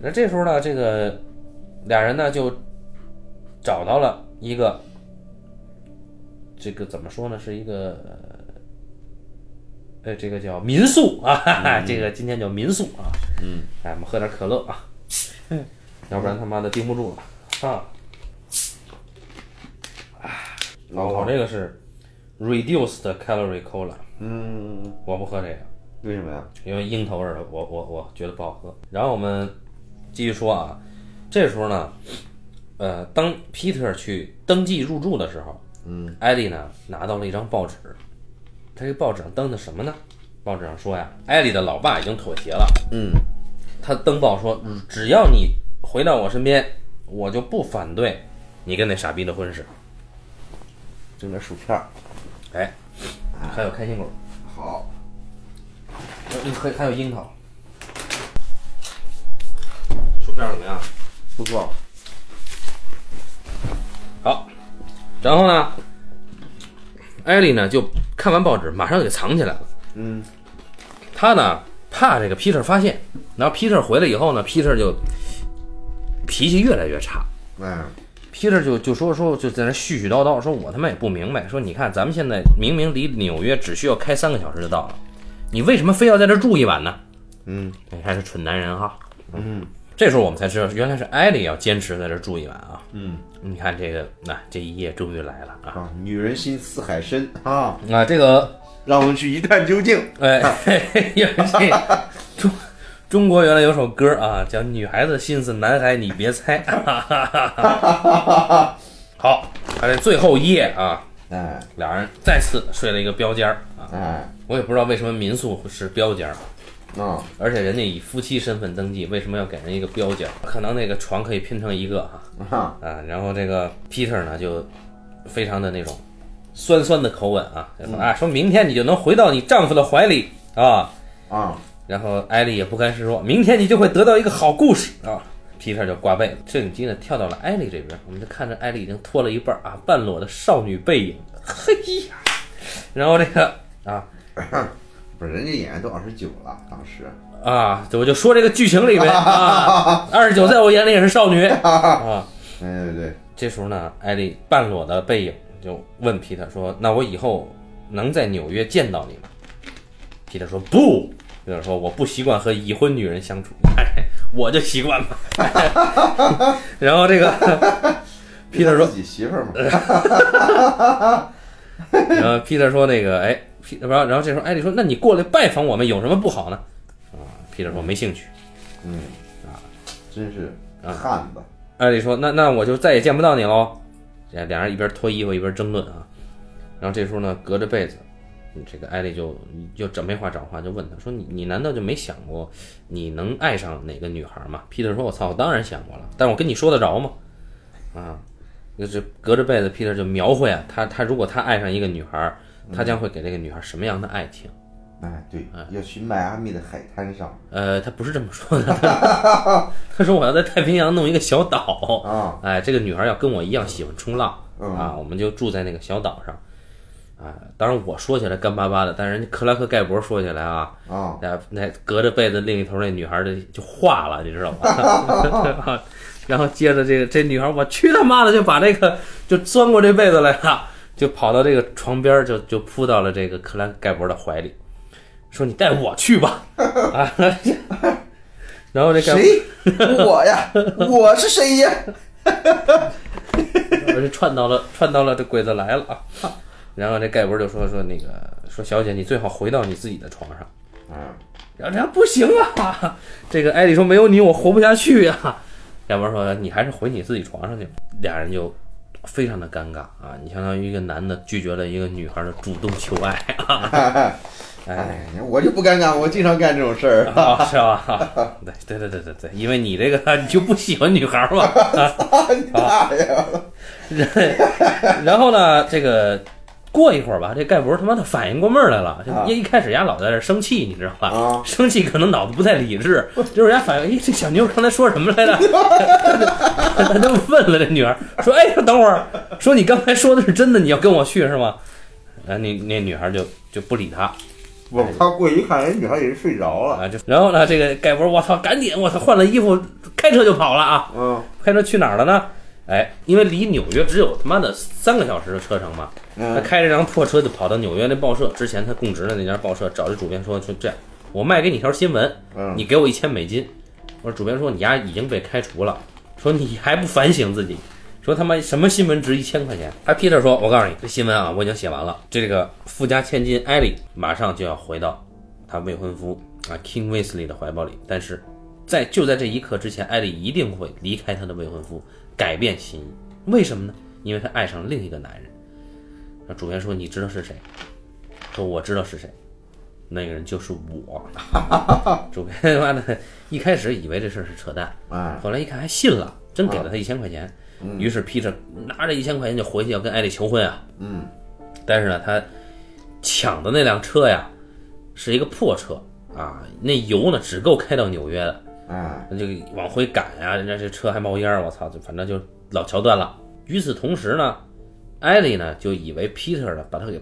Speaker 1: 那这时候呢，这个俩人呢就找到了一个这个怎么说呢，是一个呃，这个叫民宿啊，哈哈， 这个今天叫民宿啊，嗯，哎，我们喝点可乐啊，要不然他妈的盯不住了啊。
Speaker 2: 老
Speaker 1: 我哦这个是 reduced calorie cola，
Speaker 2: 嗯，
Speaker 1: 我不喝这个，
Speaker 2: 为什么呀？
Speaker 1: 因为樱桃味儿的，我我我觉得不好喝。然后我们继续说啊，这时候呢，呃，当 Peter 去登记入住的时候，
Speaker 2: 嗯，
Speaker 1: 艾丽呢拿到了一张报纸，他这报纸上登的什么呢？报纸上说呀，艾丽的老爸已经妥协了，
Speaker 2: 嗯，
Speaker 1: 他登报说，嗯只要你回到我身边，我就不反对你跟那傻逼的婚事。
Speaker 2: 整点薯片儿，
Speaker 1: 哎，
Speaker 2: 啊
Speaker 1: 还有开心果。
Speaker 2: 好，
Speaker 1: 呃还还有樱桃。
Speaker 2: 薯片儿怎么样？不错，
Speaker 1: 好，然后呢，艾莉呢就看完报纸，马上就给藏起来了。
Speaker 2: 嗯，
Speaker 1: 她呢怕这个 Peter 发现，然后 Peter 回来以后呢，Peter 就脾气越来越差。
Speaker 2: 哎，
Speaker 1: Peter 就就说说就在那絮絮叨叨，说我他妈也不明白，说你看咱们现在明明离纽约只需要开三个小时就到了，你为什么非要在这儿住一晚呢？
Speaker 2: 嗯，
Speaker 1: 你看这蠢男人哈，嗯，这时候我们才知道原来是艾莉要坚持在这儿住一晚啊，
Speaker 2: 嗯，
Speaker 1: 你看这个那、这一夜终于来了啊，
Speaker 2: 啊，女人心似海深 啊，
Speaker 1: 啊这个
Speaker 2: 让我们去一探究竟。
Speaker 1: 哎，因为这终 中国原来有首歌啊，叫《女孩子心思男孩你别猜》。 好，他这最后一夜啊，
Speaker 2: 哎
Speaker 1: 俩人再次睡了一个标间儿啊。
Speaker 2: 哎，
Speaker 1: 我也不知道为什么民宿是标间儿，
Speaker 2: 嗯，
Speaker 1: 而且人家以夫妻身份登记，为什么要给人一个标间儿？可能那个床可以拼成一个啊。
Speaker 2: 哈，
Speaker 1: 啊，然后这个 Peter 呢就非常的那种酸酸的口吻啊，就说啊，说明天你就能回到你丈夫的怀里啊。
Speaker 2: 啊，
Speaker 1: 然后艾莉也不甘示弱，明天你就会得到一个好故事啊。Peter 就挂被子，摄影机呢跳到了艾莉这边，我们就看着艾莉已经脱了一半啊，半裸的少女背影，嘿呀，然后这个啊
Speaker 2: 不是，人家演员都二十九了，当时
Speaker 1: 啊，我就说这个剧情里面啊，二十九在我眼里也是少女啊。
Speaker 2: 哎对对对，
Speaker 1: 这时候呢，艾丽半裸的背影就问皮特说：“那我以后能在纽约见到你吗？”皮特说：“不。”就是说我不习惯和已婚女人相处， 哎，我就习惯了。 然后这个皮特说，
Speaker 2: 自己媳 妇儿嘛，
Speaker 1: 然后皮特说那个，哎，皮，然后然后这时候艾丽说：“那你过来拜访我们有什么不好呢？”啊，皮特说没兴趣。
Speaker 2: 嗯啊，真是汉子，
Speaker 1: 艾丽说：“那那我就再也见不到你喽。”这俩人一边脱衣服一边争论啊。然后这时候呢，隔着被子，这个艾丽就就找没话找话，就问他说你：“你难道就没想过你能爱上哪个女孩吗？”Peter 说：“我操，我当然想过了，但我跟你说得着吗？”啊，就是隔着被子，Peter 就描绘啊，他他如果他爱上一个女孩，他将会给这个女孩什么样的爱情？
Speaker 2: 哎，对，要去迈阿密的海滩上
Speaker 1: 呃，他不是这么说的，他 说我要在太平洋弄一个小岛，
Speaker 2: 啊，
Speaker 1: 哎，这个女孩要跟我一样喜欢冲浪、
Speaker 2: 嗯
Speaker 1: 啊，我们就住在那个小岛上。啊，当然我说起来干巴巴的，但是人家克拉克盖博说起来啊，
Speaker 2: 啊，
Speaker 1: 那那隔着被子另一头那女孩的就化了，你知道吗？ 然后接着这个这女孩，我去他妈的就把这个就钻过这被子来了，就跑到这个床边儿就就扑到了这个克拉克盖博的怀里，说你带我去吧 啊，然后这盖博
Speaker 2: 谁？我 呀，我是谁呀？
Speaker 1: 而是串到了串到了这鬼子来了啊！然后这盖博就说说那个说小姐，你最好回到你自己的床上。哎
Speaker 2: 嗯，
Speaker 1: 然后这样不行啊！这个艾丽说没有你我活不下去啊！盖博说你还是回你自己床上去吧。俩人就非常的尴尬啊！你相当于一个男的拒绝了一个女孩的主动求爱 啊！哎。
Speaker 2: 哎，我就不尴尬，我经常干这种事儿。
Speaker 1: 啊，是吧？ 对对对对对对，因为你这个 你就不喜欢女孩嘛，
Speaker 2: 你
Speaker 1: 啊
Speaker 2: 大爷！
Speaker 1: 然后呢，这个过一会儿吧，这盖博他妈的反应过味儿来了，就一开始人家老在这生气，你知道吧？
Speaker 2: 啊
Speaker 1: 生气可能脑子不太理智，就是人家反应，咦，这 小妞刚才说什么来着？他就问了这女孩，说，哎，等会儿，说你刚才说的是真的，你要跟我去是吗？然后那那女孩就就不理他
Speaker 2: 我怕过一看，人女孩也是睡着了。
Speaker 1: 啊，就然后呢，这个盖博，我操，赶紧，我操，换了衣服，开车就跑了啊！
Speaker 2: 嗯
Speaker 1: 开车去哪儿了呢？哎，因为离纽约只有他妈的三个小时的车程嘛，他
Speaker 2: 嗯
Speaker 1: 开着辆破车就跑到纽约那报社，之前他供职的那家报社找这主编说，说这样，我卖给你条新闻，
Speaker 2: 嗯，
Speaker 1: 你给我一千美金。我说主编说你丫已经被开除了，说你还不反省自己，说他妈什么新闻值一千块钱？还 Peter 说，我告诉你，这新闻啊我已经写完了，这个富家千金艾莉马上就要回到她未婚夫啊 King Wesley 的怀抱里，但是在就在这一刻之前，艾莉一定会离开她的未婚夫，改变心意。为什么呢？因为她爱上了另一个男人。那主编说你知道是谁？说我知道是谁，那个人就是我。主编他妈的，一开始以为这事儿是扯淡，
Speaker 2: 哎，
Speaker 1: 后来一看还信了，真给了他一千块钱。于是 Peter 拿着一千块钱就回去要跟艾丽求婚啊。嗯，但是呢，他抢的那辆车呀，是一个破车啊，那油呢只够开到纽约的，
Speaker 2: 哎，
Speaker 1: 那就往回赶啊，人家这车还冒烟儿，我操，就反正就老桥段了。与此同时呢，艾丽呢就以为 Peter 呢把他给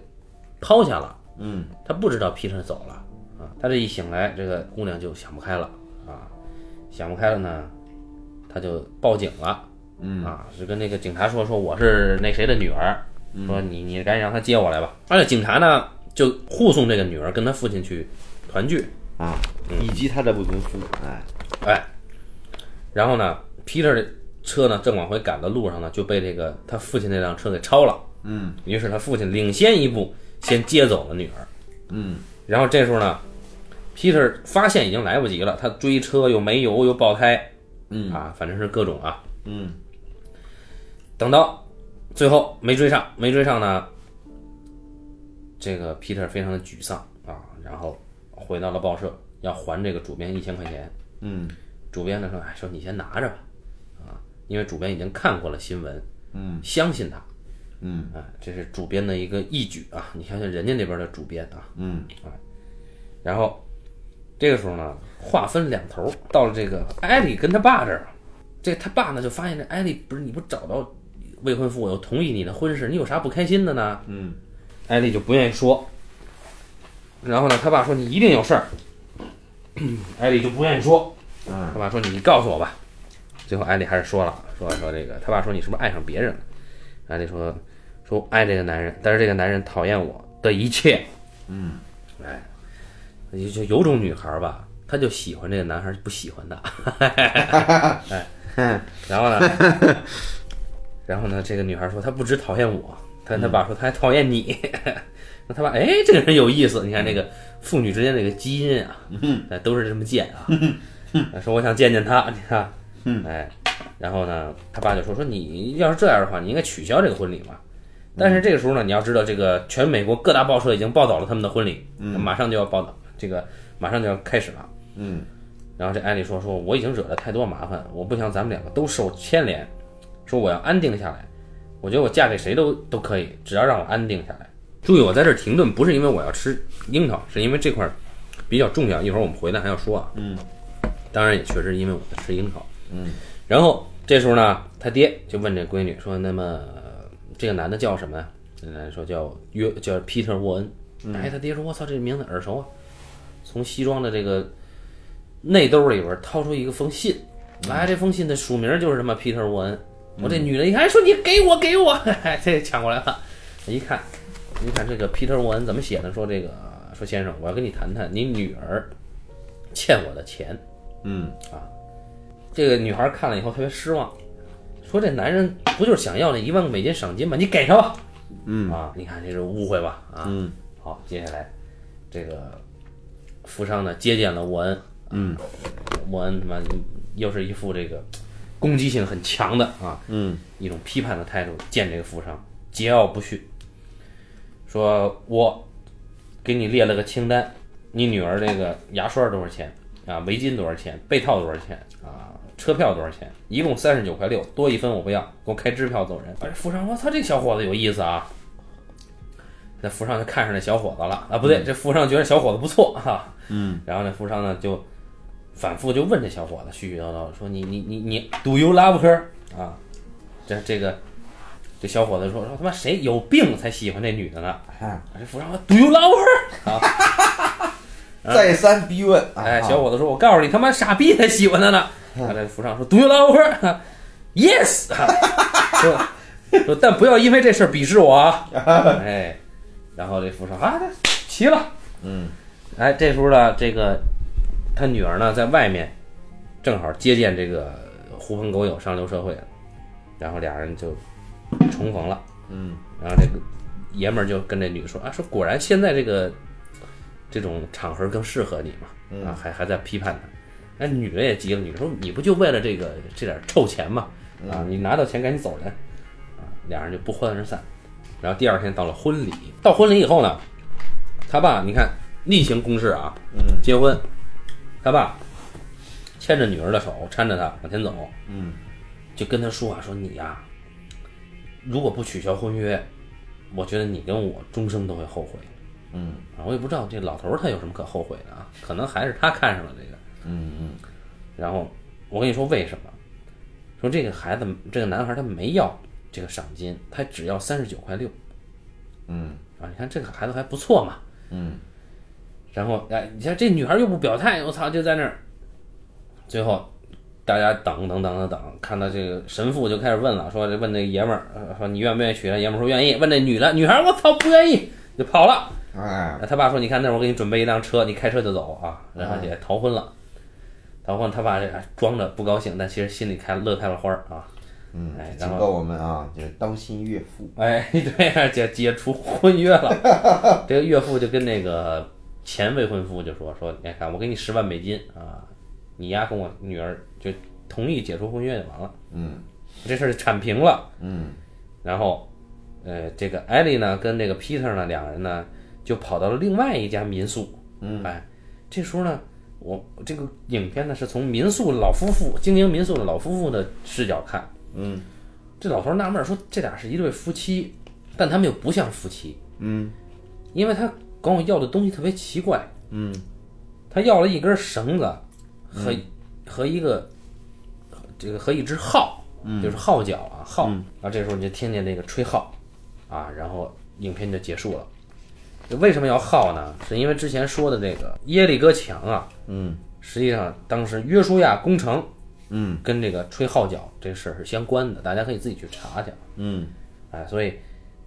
Speaker 1: 抛下了，
Speaker 2: 嗯，
Speaker 1: 他不知道 Peter 走了啊。他这一醒来，这个姑娘就想不开了啊，想不开了呢，他就报警了，嗯啊，就跟那个警察说说我是那谁的女儿，说你你赶紧让他接我来吧。而且警察呢就护送这个女儿跟他父亲去团聚，
Speaker 2: 啊，以及他的未婚夫，哎，
Speaker 1: 哎，然后呢，Peter 的车呢正往回赶的路上呢，就被这个他父亲那辆车给超了。
Speaker 2: 嗯，
Speaker 1: 于是他父亲领先一步，先接走了女儿。
Speaker 2: 嗯，
Speaker 1: 然后这时候呢， Peter 发现已经来不及了，他追车又没油又爆胎，
Speaker 2: 嗯
Speaker 1: 啊，反正是各种啊，
Speaker 2: 嗯
Speaker 1: 等到最后没追上，没追上呢，这个 Peter 非常的沮丧啊，然后回到了报社要还这个主编一千块钱。
Speaker 2: 嗯
Speaker 1: 主编呢说：“哎，说你先拿着吧，啊，因为主编已经看过了新闻，
Speaker 2: 嗯，
Speaker 1: 相信他
Speaker 2: 嗯
Speaker 1: 啊，这是主编的一个义举啊，你相信人家那边的主编啊。
Speaker 2: 嗯
Speaker 1: 然后这个时候呢，话分两头，到了这个艾丽跟他爸这儿，这他爸呢就发现这艾丽不是你不是找到未婚夫，我又同意你的婚事，你有啥不开心的呢？
Speaker 2: 嗯，
Speaker 1: 艾丽就不愿意说。然后呢，他爸说你一定有事儿，艾丽就不愿意说。
Speaker 2: 嗯
Speaker 1: 他爸说你告诉我吧。最后艾丽还是说了，说说这个，他爸说你是不是爱上别人了？艾丽说说我爱这个男人，但是这个男人讨厌我的一切。
Speaker 2: 嗯，
Speaker 1: 哎，就就有种女孩儿吧，她就喜欢这个男孩儿，不喜欢他。 哎，然后呢，然后呢，这个女孩儿说她不只讨厌我，她她
Speaker 2: 嗯
Speaker 1: 爸说她还讨厌你。 那他爸哎，这个人有意思，你看这
Speaker 2: 嗯
Speaker 1: 个父女之间这个基因啊，哎都是这么贱啊。说我想见见他，你看，哎，然后呢，他爸就说说你要是这样的话，你应该取消这个婚礼嘛。但是这个时候呢，你要知道，这个全美国各大报社已经报道了他们的婚礼，马上就要报道，这个马上就要开始了。
Speaker 2: 嗯
Speaker 1: 然后这艾丽说：“说我已经惹了太多麻烦，我不想咱们两个都受牵连，说我要安定下来。我觉得我嫁给谁都都可以，只要让我安定下来。注意，我在这儿停顿，不是因为我要吃樱桃，是因为这块儿比较重要，一会儿我们回来还要说啊。
Speaker 2: 嗯，
Speaker 1: 当然也确实因为我在吃樱桃。
Speaker 2: 嗯，
Speaker 1: 然后这时候呢，他爹就问这闺女说：那么呃这个男的叫什么呀？这男的说叫约叫 Peter 沃恩。
Speaker 2: 嗯
Speaker 1: 哎，他爹说：我操，这名字耳熟啊！从西装的这个内兜里边掏出一个封信，哎，这封信的署名就是什么 Peter 沃恩。我
Speaker 2: 嗯
Speaker 1: 这女的一看，哎说你给我 给我，这抢过来了。一看，一看这个 Peter 沃恩怎么写的？说这个说先生，我要跟你谈谈你女儿欠我的钱。啊
Speaker 2: 嗯
Speaker 1: 这个女孩看了以后特别失望，说这男人不就是想要那一万美金赏金吗？你给他吧。
Speaker 2: 嗯
Speaker 1: 啊，你看这是误会吧？啊，
Speaker 2: 嗯
Speaker 1: 好，接下来这个富商呢接见了沃恩，
Speaker 2: 嗯
Speaker 1: 沃恩他妈又是一副这个攻击性很强的啊
Speaker 2: 嗯
Speaker 1: 一种批判的态度见这个富商，桀骜不驯，说我给你列了个清单，你女儿这个牙刷多少钱啊？围巾多少钱？被套多少钱啊？车票多少钱？一共三十九块六，多一分我不要，给我开支票走人。哎，富商说：“操，这小伙子有意思啊！”那富商就看上这小伙子了啊，不对，这富商觉得小伙子不错哈、啊。
Speaker 2: 嗯，
Speaker 1: 然后那富商呢就反复就问这小伙子絮絮叨叨说：“你你你你，Do you love her？” 啊，这这个这小伙子说说他妈谁有病才喜欢这女的呢？
Speaker 2: 哎
Speaker 1: 这富商说 Do you love her？
Speaker 2: 再三逼问，
Speaker 1: 哎，小伙子说我告诉你他妈傻逼才喜欢她呢。
Speaker 2: 嗯
Speaker 1: 啊，这富商说 Do you love her？Yes 啊。说说但不要因为这事儿鄙视我啊。哎，然后这富商啊，那齐了。
Speaker 2: 嗯
Speaker 1: 哎，这时候呢，这个他女儿呢在外面，正好接见这个狐朋狗友上流社会了，然后俩人就重逢了。
Speaker 2: 嗯
Speaker 1: 然后这个爷们儿就跟这女的说啊，说果然现在这个这种场合更适合你嘛，啊，还还在批判他。那女的也急了，女的说你不就为了这个这点臭钱嘛，啊，你拿到钱赶紧走人，啊，俩人就不欢而散。然后第二天到了婚礼，到婚礼以后呢，他爸你看例行公事啊，
Speaker 2: 嗯
Speaker 1: 结婚，他爸牵着女儿的手，搀着她往前走，
Speaker 2: 嗯
Speaker 1: 就跟他说啊，说你呀、如果不取消婚约，我觉得你跟我终生都会后悔
Speaker 2: 嗯
Speaker 1: 啊！我也不知道这老头儿他有什么可后悔的啊，可能还是他看上了这个。
Speaker 2: 嗯
Speaker 1: 然后我跟你说为什么？说这个孩子，这个男孩他没要这个赏金，他只要三十九块六
Speaker 2: 嗯
Speaker 1: 啊！你看这个孩子还不错嘛。
Speaker 2: 嗯
Speaker 1: 然后哎，你看这女孩又不表态，我操，就在那儿。最后大家等等等等等，看到这个神父就开始问了，说问那爷们儿呃说你愿不愿意娶她？爷们儿说愿意。问那女的，女孩儿我操不愿意，就跑了。
Speaker 2: 哎
Speaker 1: 他爸说你看那会儿我给你准备一辆车，你开车就走啊，然后也逃婚了。逃婚，他爸这哎装着不高兴，但其实心里开乐开了花儿啊。
Speaker 2: 嗯
Speaker 1: 哎，
Speaker 2: 警
Speaker 1: 然后
Speaker 2: 告我们啊，就是当心岳父。
Speaker 1: 哎，对呀、解解除婚约了。这个岳父就跟那个前未婚夫就说说，你看我给你十万美金啊，你丫跟我女儿就同意解除婚约就完了，
Speaker 2: 嗯
Speaker 1: 这事儿就铲平了。
Speaker 2: 嗯
Speaker 1: 然后，呃，这个艾莉呢跟这个 Peter 呢两人呢就跑到了另外一家民宿，
Speaker 2: 嗯
Speaker 1: 哎，这时候呢，我这个影片呢是从民宿老夫妇经营民宿的老夫妇的视角看，
Speaker 2: 嗯
Speaker 1: 这老头儿纳闷儿说这俩是一对夫妻，但他们又不像夫妻，
Speaker 2: 嗯
Speaker 1: 因为他管我要的东西特别奇怪，
Speaker 2: 嗯
Speaker 1: 他要了一根绳子和、和一个这个和一只号，
Speaker 2: 嗯
Speaker 1: 就是号角啊号。然后这时候你就听见那个吹号啊，然后影片就结束了。这为什么要号呢？是因为之前说的这个耶利哥墙啊，
Speaker 2: 嗯
Speaker 1: 实际上当时约书亚攻城
Speaker 2: 嗯
Speaker 1: 跟这个吹号角这事儿是相关的，大家可以自己去查去。
Speaker 2: 嗯
Speaker 1: 哎，所以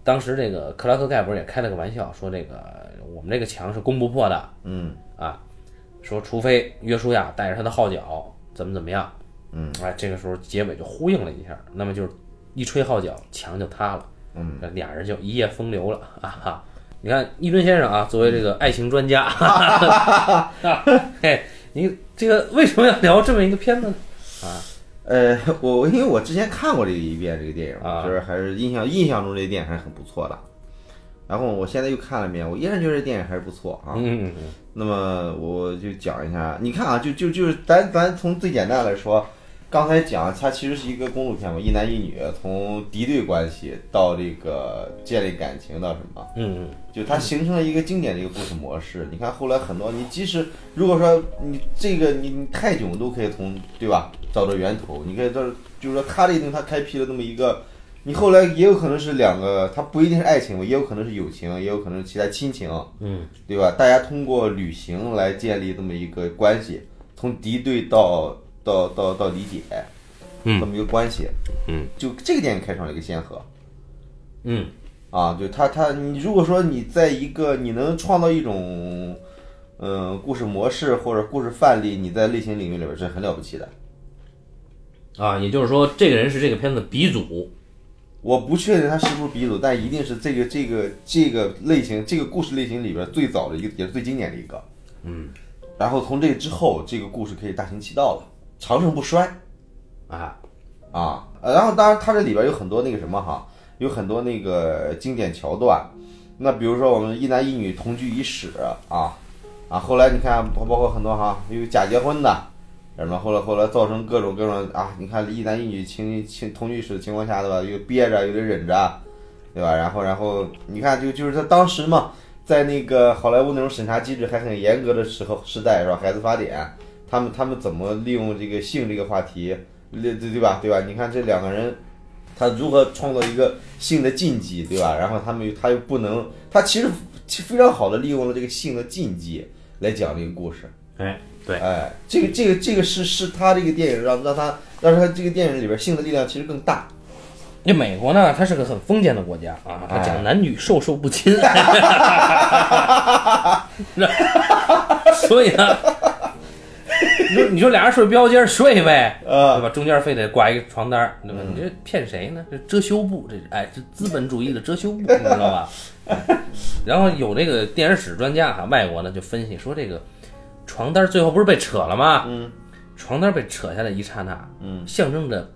Speaker 1: 当时这个克拉克盖博也开了个玩笑，说这个我们这个墙是攻不破的，
Speaker 2: 嗯
Speaker 1: 啊，说除非约书亚带着他的号角怎么怎么样，
Speaker 2: 嗯，
Speaker 1: 哎，这个时候结尾就呼应了一下，那么就是一吹号角，墙就塌了，
Speaker 2: 嗯，
Speaker 1: 俩人就一夜风流了啊哈。你看一吨先生啊，作为这个爱情专 家， 哈哈哈哈嘿，你这个为什么要聊这么一个片子呢？
Speaker 2: 呃，我我因为我之前看过这一遍这个电影，
Speaker 1: 啊
Speaker 2: 就是还是印象印象中这电影还是很不错的。然后我现在又看了一遍，我依然觉得这电影还是不错啊。
Speaker 1: 嗯，嗯嗯
Speaker 2: 那么我就讲一下，你看啊，就就就是咱咱从最简单来说，刚才讲它其实是一个公路片嘛，一男一女从敌对关系到这个建立感情到什么，
Speaker 1: 嗯
Speaker 2: 就它形成了一个经典的一个故事模式。你看后来很多，你即使如果说你这个你你泰囧都可以从对吧找到源头，你可以到就是说它这一定它开辟了那么一个。你后来也有可能是两个，它不一定是爱情，也有可能是友情，也有可能是其他亲情，
Speaker 1: 嗯
Speaker 2: 对吧？大家通过旅行来建立这么一个关系，从敌对到到到到理解，
Speaker 1: 嗯
Speaker 2: 这么一个关系，
Speaker 1: 嗯，
Speaker 2: 就这个电影开创了一个先河
Speaker 1: 嗯
Speaker 2: 啊，就他他你如果说你在一个你能创造一种嗯、呃故事模式或者故事范例，你在类型领域里边是很了不起的。
Speaker 1: 嗯啊，也就是说，这个人是这个片子的鼻祖。
Speaker 2: 我不确定他是不是鼻祖，但一定是这个这个这个类型这个故事类型里边最早的一个，也是最经典的一个。嗯，然后从这之后，这个故事可以大行其道了，长盛不衰。
Speaker 1: 啊，
Speaker 2: 啊，呃然后当然它这里边有很多那个什么哈，有很多那个经典桥段。那比如说我们一男一女同居一室啊啊，后来你看包包括很多哈，有假结婚的，什么后来后来造成各种各种啊，你看一男一女情情同居一室的情况下对吧，又憋着，有的忍着，对吧？然后然后你看就就是他当时嘛，在那个好莱坞那种审查机制还很严格的时候时代是吧？孩子法典，他们他们怎么利用这个性这个话题？对对对吧？对吧？你看这两个人，他如何创造一个性的禁忌，对吧？然后他们又他又不能，他其实其实非常好的利用了这个性的禁忌来讲这个故事。
Speaker 1: 哎，对，
Speaker 2: 哎，这个这个这个是是他这个电影让让他让他这个电影里边性的力量其实更大。
Speaker 1: 这美国呢，它是个很封建的国家啊，它
Speaker 2: 哎
Speaker 1: 讲男女授受不亲，所以呢，你说你说俩人睡标间睡呗，
Speaker 2: 呃
Speaker 1: 对吧？中间非得挂一个床单儿，对吧？
Speaker 2: 嗯
Speaker 1: 你这骗谁呢？这遮羞布，这哎，这资本主义的遮羞布，你知道 吧？嗯然后有这个电影史专家哈、外国呢就分析说，这个床单最后不是被扯了吗？
Speaker 2: 嗯，
Speaker 1: 床单被扯下来一刹那，
Speaker 2: 嗯，
Speaker 1: 象征着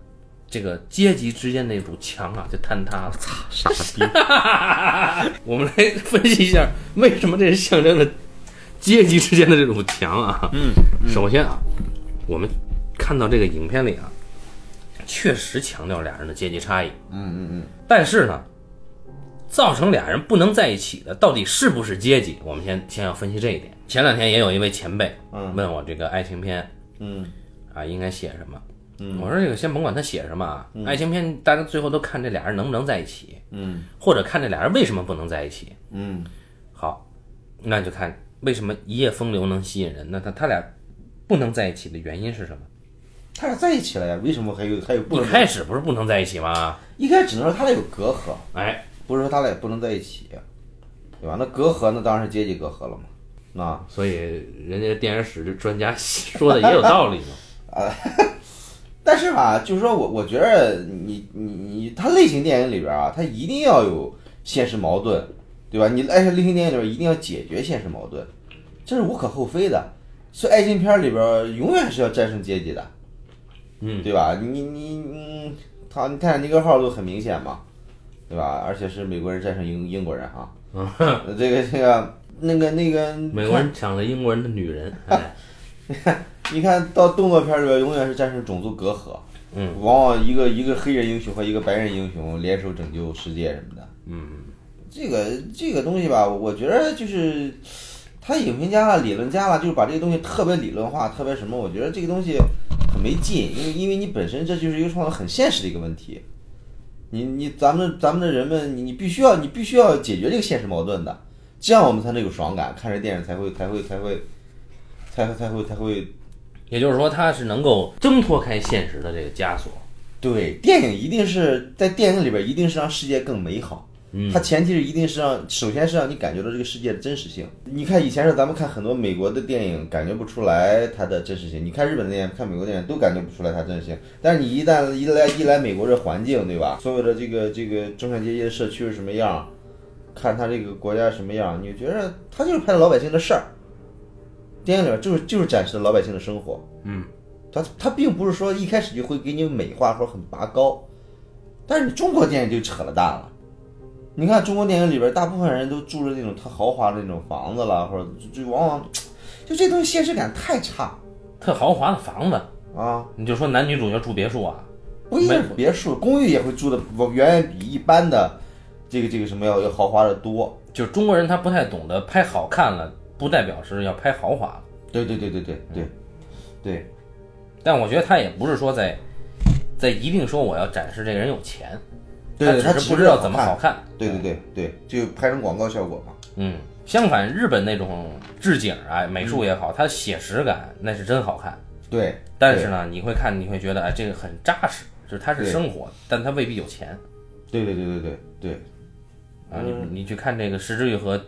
Speaker 1: 这个阶级之间那堵墙啊就坍塌了。 操，
Speaker 2: 傻逼！
Speaker 1: 我们来分析一下为什么这是象征着阶级之间的这堵墙啊。嗯，首先啊，我们看到这个影片里啊，确实强调俩人的阶级差异，
Speaker 2: 嗯嗯嗯，
Speaker 1: 但是呢。造成俩人不能在一起的，到底是不是阶级？我们先先要分析这一点。前两天也有一位前辈
Speaker 2: 嗯
Speaker 1: 问我这个爱情片
Speaker 2: 嗯
Speaker 1: 啊，应该写什么？嗯，我说这个先甭管他写什么啊，爱情片大家最后都看这俩人能不能在一起，
Speaker 2: 嗯
Speaker 1: 或者看这俩人为什么不能在一起。
Speaker 2: 嗯
Speaker 1: 好，那就看为什么一夜风流能吸引人。那他他俩不能在一起的原因是什么？
Speaker 2: 他俩在一起了呀？为什么还有还有不
Speaker 1: 一
Speaker 2: 能？
Speaker 1: 开始不是不能在一起吗？
Speaker 2: 一开始只能说他俩有隔阂，
Speaker 1: 哎，
Speaker 2: 不是说他俩不能在一起，对吧？那隔阂那当然是阶级隔阂了嘛。那
Speaker 1: 所以人家电影史这专家 说的也有道理嘛。
Speaker 2: 但是吧，就是说我我觉得你你你，它类型电影里边啊，它一哎定要有现实矛盾，对吧？你而且类型电影里边一定要解决现实矛盾，这是无可厚非的。所以爱情片里边儿永远是要战胜阶级的，
Speaker 1: 嗯，
Speaker 2: 对吧？你你嗯，他泰坦尼克号就很明显嘛，对吧？而且是美国人战胜英英国人啊，呃 这个这个那个那个
Speaker 1: 美国人抢了英国人的女人，哎，
Speaker 2: 你看到动作片里边，永远是战胜种族隔阂，
Speaker 1: 嗯，
Speaker 2: 往往一个一个黑人英雄和一个白人英雄联手拯救世界什么的，
Speaker 1: 嗯，
Speaker 2: 这个这个东西吧，我觉得就是他影评家啊了、理论家了，就是把这个东西特别理论化、特别什么，我觉得这个东西很没劲，因为因为你本身这就是一个创造很现实的一个问题，你你咱们咱们的人们，你你必须要你必须要解决这个现实矛盾的，这样我们才能有爽感，看这电影才会才会才会才会才会才会
Speaker 1: 也就是说他是能够挣脱开现实的这个枷锁，
Speaker 2: 对，电影一定是在电影里边，一定是让世界更美好。
Speaker 1: 嗯
Speaker 2: 它前提是一定是让，首先是让你感觉到这个世界的真实性。你看以前是咱们看很多美国的电影，感觉不出来它的真实性。你看日本的电影，看美国电影都感觉不出来它真实性。但是你一旦一来一来美国这环境，对吧？所有的这个这个中产阶级的社区是什么样，看他这个国家什么样，你觉得他就是拍的老百姓的事儿。电影里边就是就是展示了老百姓的生活。
Speaker 1: 嗯，
Speaker 2: 它它并不是说一开始就会给你美化或者很拔高，但是你中国电影就扯了淡了。你看中国电影里边，大部分人都住着那种特豪华的那种房子啦，或者就就往往就这东西现实感太差
Speaker 1: 特豪华的房子，
Speaker 2: 啊！
Speaker 1: 你就说男女主角住别墅啊，
Speaker 2: 不一定是别墅，公寓也会住的远远比一般的这个这个什么要要豪华的多。
Speaker 1: 就是中国人他不太懂得拍好看了，不代表是要拍豪华了。
Speaker 2: 对对对对对对对，
Speaker 1: 但我觉得他也不是说在在一定说我要展示这个人有钱，
Speaker 2: 对对
Speaker 1: 他只
Speaker 2: 他只
Speaker 1: 是
Speaker 2: 是
Speaker 1: 不知道怎么好看。
Speaker 2: 对对对对，就拍成广告效果嘛。
Speaker 1: 嗯，相反，日本那种置景啊、美术也好，它写实感那是真好看。
Speaker 2: 对，
Speaker 1: 但是呢，你会看，你会觉得哎，这个很扎实，就是它是
Speaker 2: 对
Speaker 1: 生活，但它未必有钱
Speaker 2: 对对对对对对，
Speaker 1: 啊。你
Speaker 2: 嗯
Speaker 1: 你去看这个石之予和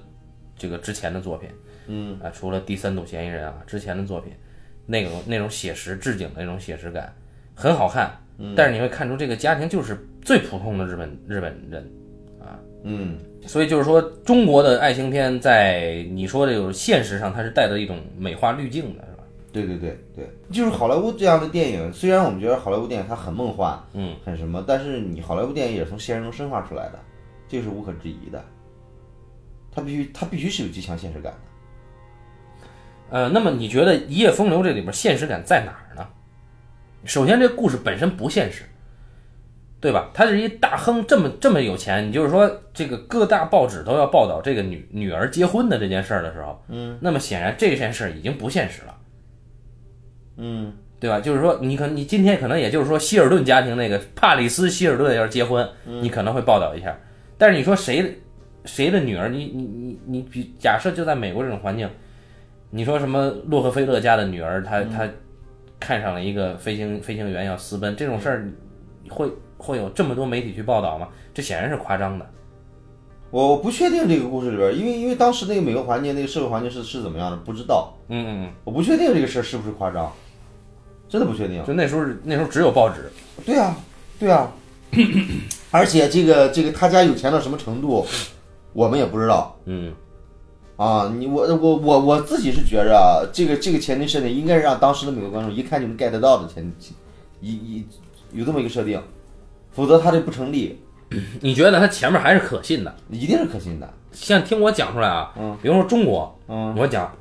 Speaker 1: 这个之前的作品，嗯啊，除了《第三度嫌疑人》啊，之前的作品，那种那种写实置景的那种写实感很好看，但是你会看出这个家庭就是最普通的日本日本人。
Speaker 2: 嗯。
Speaker 1: 所以就是说，中国的爱情片在你说这种现实上，它是带着一种美化滤镜的，是吧？
Speaker 2: 对对对对，就是好莱坞这样的电影，虽然我们觉得好莱坞电影它很梦幻，
Speaker 1: 嗯，
Speaker 2: 很什么，但是你好莱坞电影也是从现实中深化出来的，这个是无可置疑的。它必须它必须是有极强现实感的。
Speaker 1: 呃，那么你觉得《一夜风流》这里边现实感在哪儿呢？首先，这故事本身不现实，对吧？他是一大亨，这么这么有钱，你就是说，这个各大报纸都要报道这个女女儿结婚的这件事儿的时候，嗯，那么显然这件事儿已经不现实了，
Speaker 2: 嗯，
Speaker 1: 对吧？就是说，你可你今天可能也就是说希尔顿家庭那个帕里斯希尔顿要是结婚，你可能会报道一下。但是你说谁谁的女儿，你你你你比假设就在美国这种环境，你说什么洛克菲勒家的女儿，她她看上了一个飞行飞行员要私奔这种事儿，会会有这么多媒体去报道吗？这显然是夸张的。
Speaker 2: 我我不确定这个故事里边，因为因为当时那个美国环境、那个社会环境是是怎么样的，不知道。
Speaker 1: 嗯嗯
Speaker 2: 我不确定这个事儿是不是夸张，真的不确定
Speaker 1: 嗯，。就那时候那时候只有报纸，
Speaker 2: 对啊，对啊， 而且这个这个他家有钱到什么程度，我们也不知道。
Speaker 1: 嗯
Speaker 2: 啊，你我我我我自己是觉着啊这个这个前提设定应该是让当时的美国观众一看就能 get 到的前提，一一有这么一个设定，否则它这不成立，
Speaker 1: 你觉得它前面还是可信的？
Speaker 2: 一定是可信的。
Speaker 1: 像听我讲出来啊，
Speaker 2: 嗯，
Speaker 1: 比如说中国，
Speaker 2: 嗯
Speaker 1: 我讲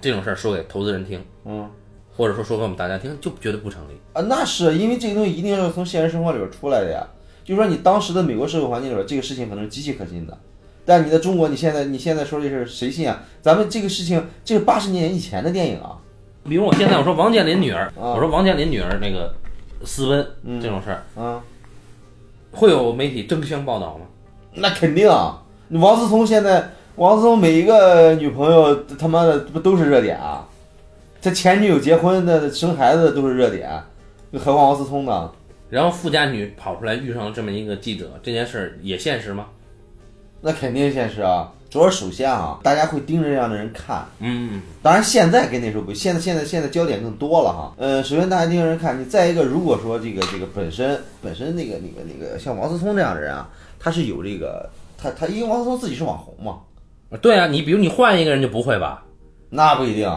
Speaker 1: 这种事儿说给投资人听，
Speaker 2: 嗯
Speaker 1: 或者说说给我们大家听，就绝对不成立。
Speaker 2: 啊，那是因为这个东西一定是从现实生活里边出来的呀。就是说你当时的美国社会环境里边，这个事情可能是极其可信的，但你在中国，你现在你现在说这事儿谁信啊？咱们这个事情，这是八十年以前的电影啊。
Speaker 1: 比如我现在我说王健林女儿，
Speaker 2: 啊
Speaker 1: 嗯我说王健林女儿那个私奔
Speaker 2: 嗯
Speaker 1: 这种事儿，
Speaker 2: 啊，
Speaker 1: 会有媒体争相报道吗？
Speaker 2: 那肯定啊！王思聪现在，王思聪每一个女朋友，他妈的不都是热点啊？他前女友结婚的、生孩子的都是热点，何况王思聪呢？
Speaker 1: 然后富家女跑出来遇上了这么一个记者，这件事儿也现实吗？
Speaker 2: 那肯定现实啊！主要是首先啊，大家会盯着这样的人看。
Speaker 1: 嗯，
Speaker 2: 当然，现在跟那时候不，现在现在现在焦点更多了哈。呃，首先大家盯着人看，你再一个，如果说这个这个本身本身那个那个那个像王思聪这样的人啊，他是有这个他他因为王思聪自己是网红嘛，
Speaker 1: 对啊，你比如你换一个人就不会吧？
Speaker 2: 那不一定，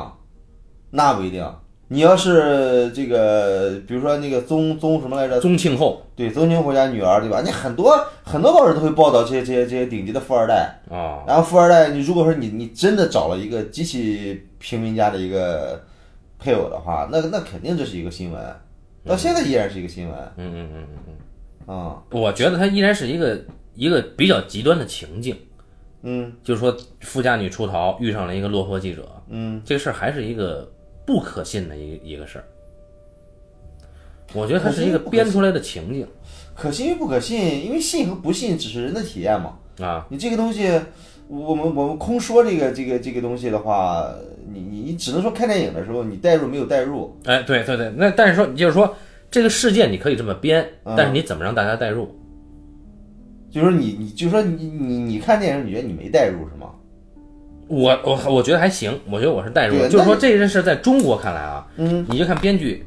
Speaker 2: 那不一定。你要是这个，比如说那个宗宗什么来着？
Speaker 1: 宗庆后
Speaker 2: 对，宗庆侯家女儿，对吧？那很多很多报纸都会报道这些这些这些顶级的富二代。
Speaker 1: 啊，
Speaker 2: 然后富二代，你如果说你你真的找了一个极其平民家的一个配偶的话，那那肯定这是一个新闻，到现在依然是一个新闻
Speaker 1: 嗯嗯嗯嗯
Speaker 2: 啊、
Speaker 1: 嗯，我觉得它依然是一个一个比较极端的情境，
Speaker 2: 嗯
Speaker 1: 就是说富家女出逃遇上了一个落魄记者，
Speaker 2: 嗯，
Speaker 1: 这个事儿还是一个不可信的一一个事儿。我觉得它是一个编出来的情景
Speaker 2: 可信与不可信，因为信和不信只是人的体验嘛。
Speaker 1: 啊，
Speaker 2: 你这个东西，我们我们空说这个这个这个东西的话，你你你只能说看电影的时候你代入没有代入，
Speaker 1: 哎，对对对，那但是说就是说这个事件你可以这么编，
Speaker 2: 嗯
Speaker 1: 但是你怎么让大家代入？
Speaker 2: 就是你你就说你你你看电影，你觉得你没代入是吗？
Speaker 1: 我我我觉得还行，我觉得我是代入的，
Speaker 2: 对
Speaker 1: 就是说
Speaker 2: 但
Speaker 1: 这件事在中国看来啊，
Speaker 2: 嗯，
Speaker 1: 你就看编剧，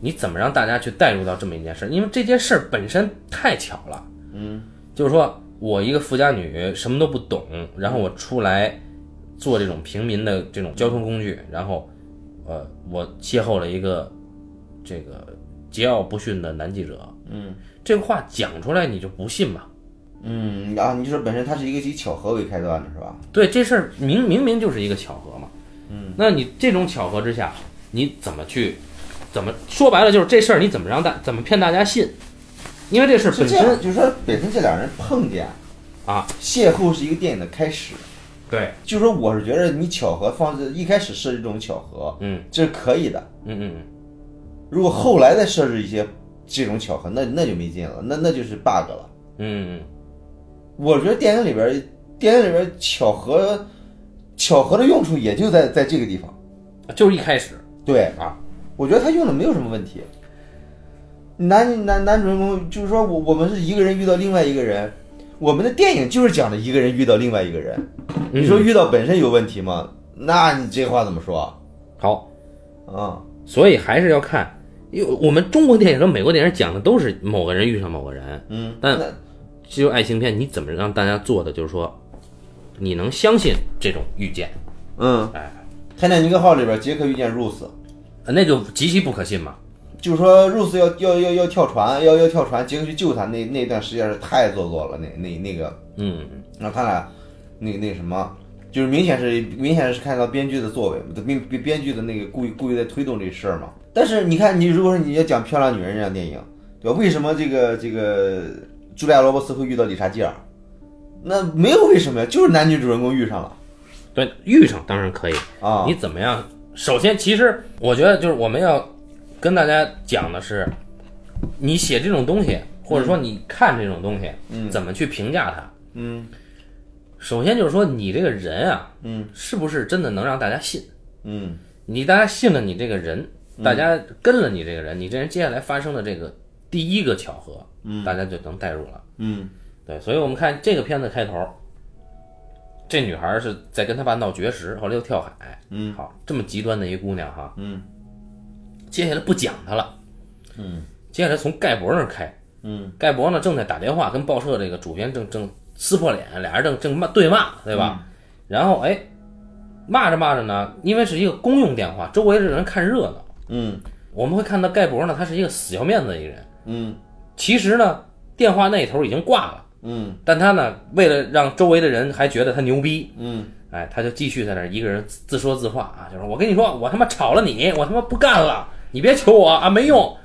Speaker 1: 你怎么让大家去带入到这么一件事儿？因为这件事儿本身太巧了。
Speaker 2: 嗯，
Speaker 1: 就是说我一个富家女，什么都不懂，然后我出来做这种平民的这种交通工具，然后，呃，我邂逅了一个这个桀骜不驯的男记者。
Speaker 2: 嗯，
Speaker 1: 这个话讲出来你就不信嘛？
Speaker 2: 嗯啊，你就说本身它是一个以巧合为开端的是吧？
Speaker 1: 对，这事儿明明明就是一个巧合嘛。嗯，那你这种巧合之下，你怎么去，怎么说白了就是这事儿你怎么让大怎么骗大家信？因为这事儿
Speaker 2: 是
Speaker 1: 本
Speaker 2: 这样，
Speaker 1: 身
Speaker 2: 就是说本身这两人碰见
Speaker 1: 啊，
Speaker 2: 邂逅是一个电影的开始。
Speaker 1: 对，
Speaker 2: 就是说，我是觉得你巧合放在一开始设置这种巧合，
Speaker 1: 嗯
Speaker 2: 这是可以的。
Speaker 1: 嗯嗯
Speaker 2: 如果后来再设置一些这种巧合，那那就没劲了，那那就是 bug 了。
Speaker 1: 嗯嗯
Speaker 2: 我觉得电影里边儿，电影里边儿巧合，巧合的用处也就在在这个地方。
Speaker 1: 嗯，就是一开始
Speaker 2: 对，
Speaker 1: 啊，
Speaker 2: 我觉得他用的没有什么问题。男男男主人公就是说我我们是一个人遇到另外一个人，我们的电影就是讲的一个人遇到另外一个人。
Speaker 1: 嗯
Speaker 2: 你说遇到本身有问题吗？那你这话怎么说啊
Speaker 1: 好，
Speaker 2: 啊？
Speaker 1: 所以还是要看，因为我们中国电影和美国电影讲的都是某个人遇上某个人，
Speaker 2: 嗯，
Speaker 1: 但
Speaker 2: 那
Speaker 1: 只有爱情片，你怎么让大家做的就是说，你能相信这种遇见，
Speaker 2: 嗯，
Speaker 1: 哎，
Speaker 2: 《泰坦尼克号》里边杰克遇见 Rose，
Speaker 1: 呃那就极其不可信嘛。
Speaker 2: 就是说 Rose 要要要要跳船，要要跳船，杰克去救他那那段实际上是太做作了，那那那个
Speaker 1: 嗯，
Speaker 2: 让他俩那那什么，就是明显是明显是看到编剧的作为，编编编剧的那个故意故意在推动这事儿嘛。但是你看，你如果说你要讲《漂亮女人》这样电影，对吧？为什么这个这个茱莉亚·罗伯茨会遇到理查基尔？那没有为什么呀，就是男女主人公遇上了
Speaker 1: 对，遇上当然可以。
Speaker 2: 啊。
Speaker 1: 你怎么样？首先，其实我觉得就是我们要跟大家讲的是，你写这种东西，或者说你看这种东西，
Speaker 2: 嗯
Speaker 1: 怎么去评价它？
Speaker 2: 嗯
Speaker 1: 首先就是说，你这个人啊，
Speaker 2: 嗯
Speaker 1: 是不是真的能让大家信？
Speaker 2: 嗯
Speaker 1: 你大家信了你这个人，大家跟了你这个人，你这人接下来发生的这个第一个巧合，大家就能代入了。
Speaker 2: 嗯
Speaker 1: 对，所以我们看这个片子开头，这女孩是在跟她爸闹绝食，后来又跳海。
Speaker 2: 嗯，
Speaker 1: 好，这么极端的一姑娘哈，
Speaker 2: 嗯
Speaker 1: 接下来不讲她了，
Speaker 2: 嗯，
Speaker 1: 接下来从盖博那儿开，
Speaker 2: 嗯
Speaker 1: 盖博呢正在打电话跟报社这个主编正正撕破脸，俩人正正骂对骂，对吧？
Speaker 2: 嗯
Speaker 1: 然后哎，骂着骂着呢，因为是一个公用电话，周围的人看热闹，
Speaker 2: 嗯
Speaker 1: 我们会看到盖博呢，他是一个死要面子的一个人，
Speaker 2: 嗯
Speaker 1: 其实呢，电话那头已经挂了。
Speaker 2: 嗯
Speaker 1: 但他呢，为了让周围的人还觉得他牛逼，
Speaker 2: 嗯
Speaker 1: 哎，他就继续在那儿一个人自自说自话啊，就是我跟你说，我他妈炒了你，我他妈不干了，你别求我啊，没用，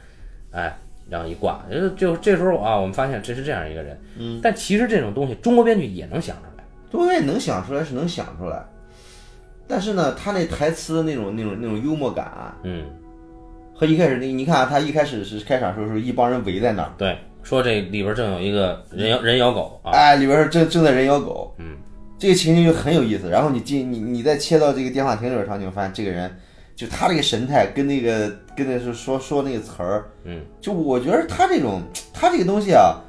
Speaker 1: 哎，然后一挂，就就这时候啊，我们发现这是这样一个人，
Speaker 2: 嗯，
Speaker 1: 但其实这种东西中国编剧也能想出来，
Speaker 2: 中国也能想出来是能想出来，但是呢，他那台词的那种那种那种幽默感、啊
Speaker 1: 嗯，
Speaker 2: 和一开始你你看、啊、他一开始是开场的时候是一帮人围在那儿，
Speaker 1: 对，说这里边正有一个人咬人咬狗啊，
Speaker 2: 哎，里边儿正正在人咬狗，
Speaker 1: 嗯，
Speaker 2: 这个情景就很有意思。然后你进你你再切到这个电话亭里边儿场景，发现这个人就他这个神态跟那个跟那是说说那个词儿，
Speaker 1: 嗯，
Speaker 2: 就我觉得他这种他这个东西啊，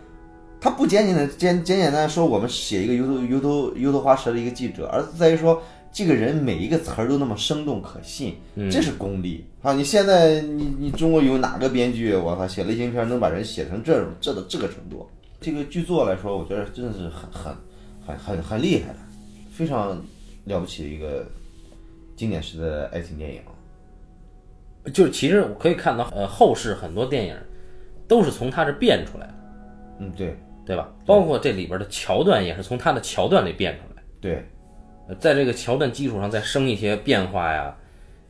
Speaker 2: 他不简简单简简简单单说我们写一个油头油头油头花舌的一个记者，而在于说。这个人每一个词儿都那么生动可信，
Speaker 1: 嗯
Speaker 2: 这是功力啊！你现在你你中国有哪个编剧，我操，写类型片能把人写成这种这的这个程度？这个剧作来说，我觉得真的是很很很很很厉害的，非常了不起的一个经典式的爱情电影。
Speaker 1: 就是其实我可以看到，呃，后世很多电影都是从他这变出来的，
Speaker 2: 嗯，对
Speaker 1: 对吧？包括这里边的桥段也是从他的桥段里变出来的。
Speaker 2: 对，
Speaker 1: 呃在这个桥段基础上再生一些变化呀，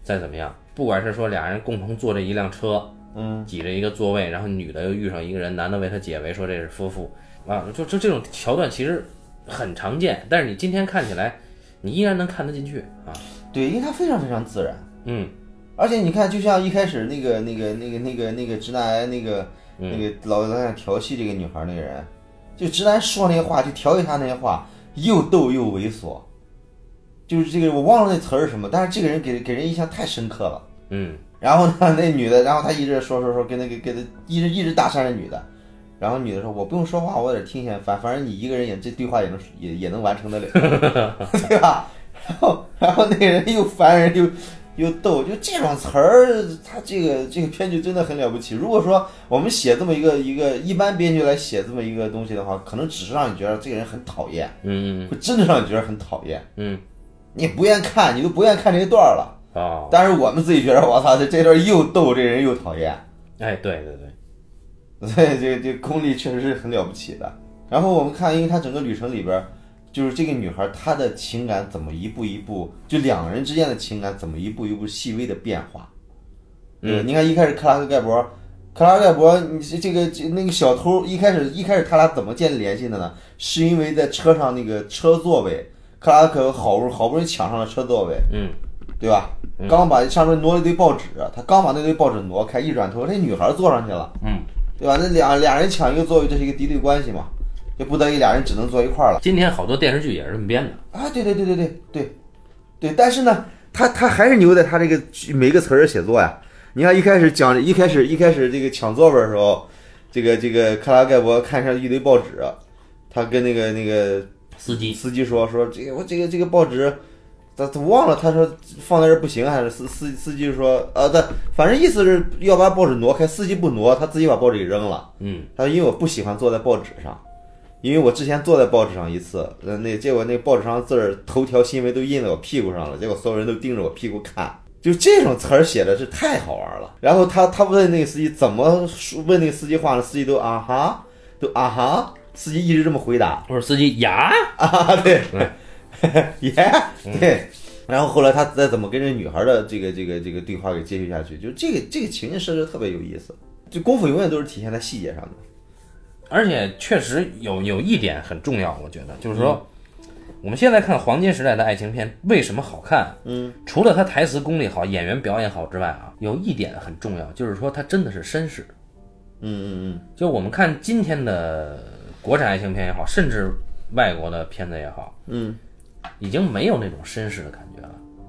Speaker 1: 再怎么样，不管是说俩人共同坐着一辆车，嗯，挤着一个座位，然后女的又遇上一个人，男的为她解围，说这是夫妇啊，就就这种桥段其实很常见，但是你今天看起来，你依然能看得进去啊，
Speaker 2: 对，因为它非常非常自然。
Speaker 1: 嗯，
Speaker 2: 而且你看，就像一开始那个、那个、那个、那个、那个直男癌那个、那个老老想调戏这个女孩儿那个人，就直男说那些话，就调戏她那些话，又逗又猥琐，就是这个我忘了那词儿是什么，但是这个人给给人印象太深刻了。
Speaker 1: 嗯，
Speaker 2: 然后呢， 那女的，然后她一直说说说，跟那个跟那一直一直搭讪那女的，然后女的说：“我不用说话，我在这听一下，反反正你一个人也这对话也能也也能完成得了， 对吧？”然后然后那个人又烦人又又逗，就这种词儿，他这个这个编剧真的很了不起。如果说我们写这么一个一个一般编剧来写这么一个东西的话，可能只是让你觉得这个人很讨厌，
Speaker 1: 嗯
Speaker 2: 会真的让你觉得很讨厌，
Speaker 1: 嗯
Speaker 2: 你也不愿看，你都不愿看这一段儿了。
Speaker 1: 嗯，哦，
Speaker 2: 但是我们自己觉得，我操，这这段又逗，这人又讨厌，
Speaker 1: 哎，对对对，
Speaker 2: 所以这这功力确实是很了不起的。然后我们看，因为他整个旅程里边儿，就是这个女孩她的情感怎么一步一步，就两人之间的情感怎么一步一步细微的变化。对吧，
Speaker 1: 嗯
Speaker 2: 你看一开始克拉克盖博，克拉克盖博，你这这个这那个小偷一开始一开始他俩怎么建立联系的呢？是因为在车上那个车座位，克拉克好不好不容易抢上了车座位，
Speaker 1: 嗯，
Speaker 2: 对吧？刚把上面挪了一堆报纸，他刚把那堆报纸挪开，一转头，这女孩坐上去了，
Speaker 1: 嗯，
Speaker 2: 对吧？那俩俩人抢一个座位，这是一个敌对关系嘛，就不得已俩人只能坐一块儿了。
Speaker 1: 今天好多电视剧也是这么编的，
Speaker 2: 啊，对对对对对对对，但是呢，他他还是牛在他这个剧每个词儿的写作呀。你看一开始讲，一开始一开始这个抢座位的时候，这个这个克拉盖博看上一堆报纸，他跟那个那个
Speaker 1: 司机，
Speaker 2: 司机说说这个我这个这个报纸，他他忘了，他说放在这儿不行，还是司司司机说呃，他反正意思是要把报纸挪开，司机不挪，他自己把报纸给扔了。
Speaker 1: 嗯
Speaker 2: 他说因为我不喜欢坐在报纸上，因为我之前坐在报纸上一次，呃那结果那报纸上的字儿头条新闻都印在我屁股上了，结果所有人都盯着我屁股看。就这种词儿写的是太好玩了。然后他他问那个司机怎么说问那个司机话呢？司机都啊哈，都啊哈，司机一直这么回答。
Speaker 1: 我说司机呀，
Speaker 2: 啊，对， 耶，对。然后后来他再怎么跟这女孩的这个这个这个对话给接续下去，就这个这个情节设置得特别有意思。就功夫永远都是体现在细节上的。
Speaker 1: 而且确实有有一点很重要，我觉得就是说，我们现在看黄金时代的爱情片为什么好看？嗯，除了它台词功力好、演员表演好之外啊，有一点很重要，就是说它真的是绅士。
Speaker 2: 嗯嗯
Speaker 1: 就我们看今天的国产爱情片也好，甚至外国的片子也好，
Speaker 2: 嗯，
Speaker 1: 已经没有那种绅士的感觉了。
Speaker 2: 嗯，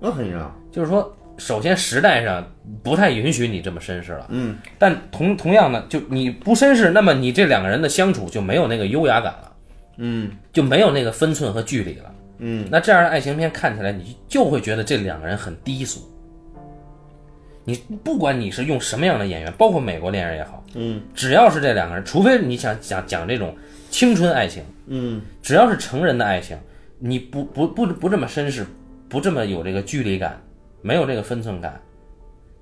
Speaker 2: 那很正常。
Speaker 1: 就是说，首先时代上不太允许你这么绅士了，
Speaker 2: 嗯，
Speaker 1: 但同同样的，就你不绅士，那么你这两个人的相处就没有那个优雅感了。
Speaker 2: 嗯
Speaker 1: 就没有那个分寸和距离了。
Speaker 2: 嗯，
Speaker 1: 那这样的爱情片看起来，你就会觉得这两个人很低俗。你不管你是用什么样的演员，包括美国恋人也好，
Speaker 2: 嗯，
Speaker 1: 只要是这两个人，除非你想想讲这种青春爱情，
Speaker 2: 嗯
Speaker 1: 只要是成人的爱情，你不不不不这么绅士，不这么有这个距离感，没有这个分寸感。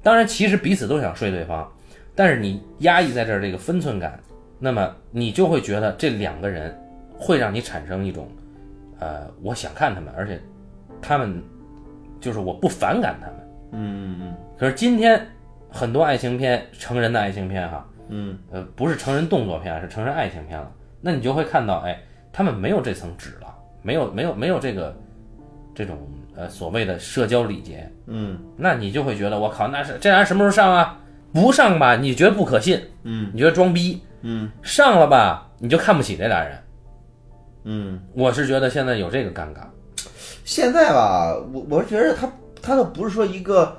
Speaker 1: 当然，其实彼此都想睡对方，但是你压抑在这儿这个分寸感，那么你就会觉得这两个人会让你产生一种，呃，我想看他们，而且他们就是我不反感他们。
Speaker 2: 嗯
Speaker 1: 可是今天很多爱情片，成人的爱情片哈，
Speaker 2: 嗯
Speaker 1: 呃，不是成人动作片，是成人爱情片了。那你就会看到，哎，他们没有这层纸了，没有没有没有这个这种呃所谓的社交礼节，
Speaker 2: 嗯
Speaker 1: 那你就会觉得我靠，那是这玩意什么时候上啊？不上吧，你觉得不可信，
Speaker 2: 嗯，
Speaker 1: 你觉得装逼；
Speaker 2: 嗯
Speaker 1: 上了吧，你就看不起这俩人。
Speaker 2: 嗯。
Speaker 1: 我是觉得现在有这个尴尬，
Speaker 2: 现在吧，我我是觉得他他倒不是说一个，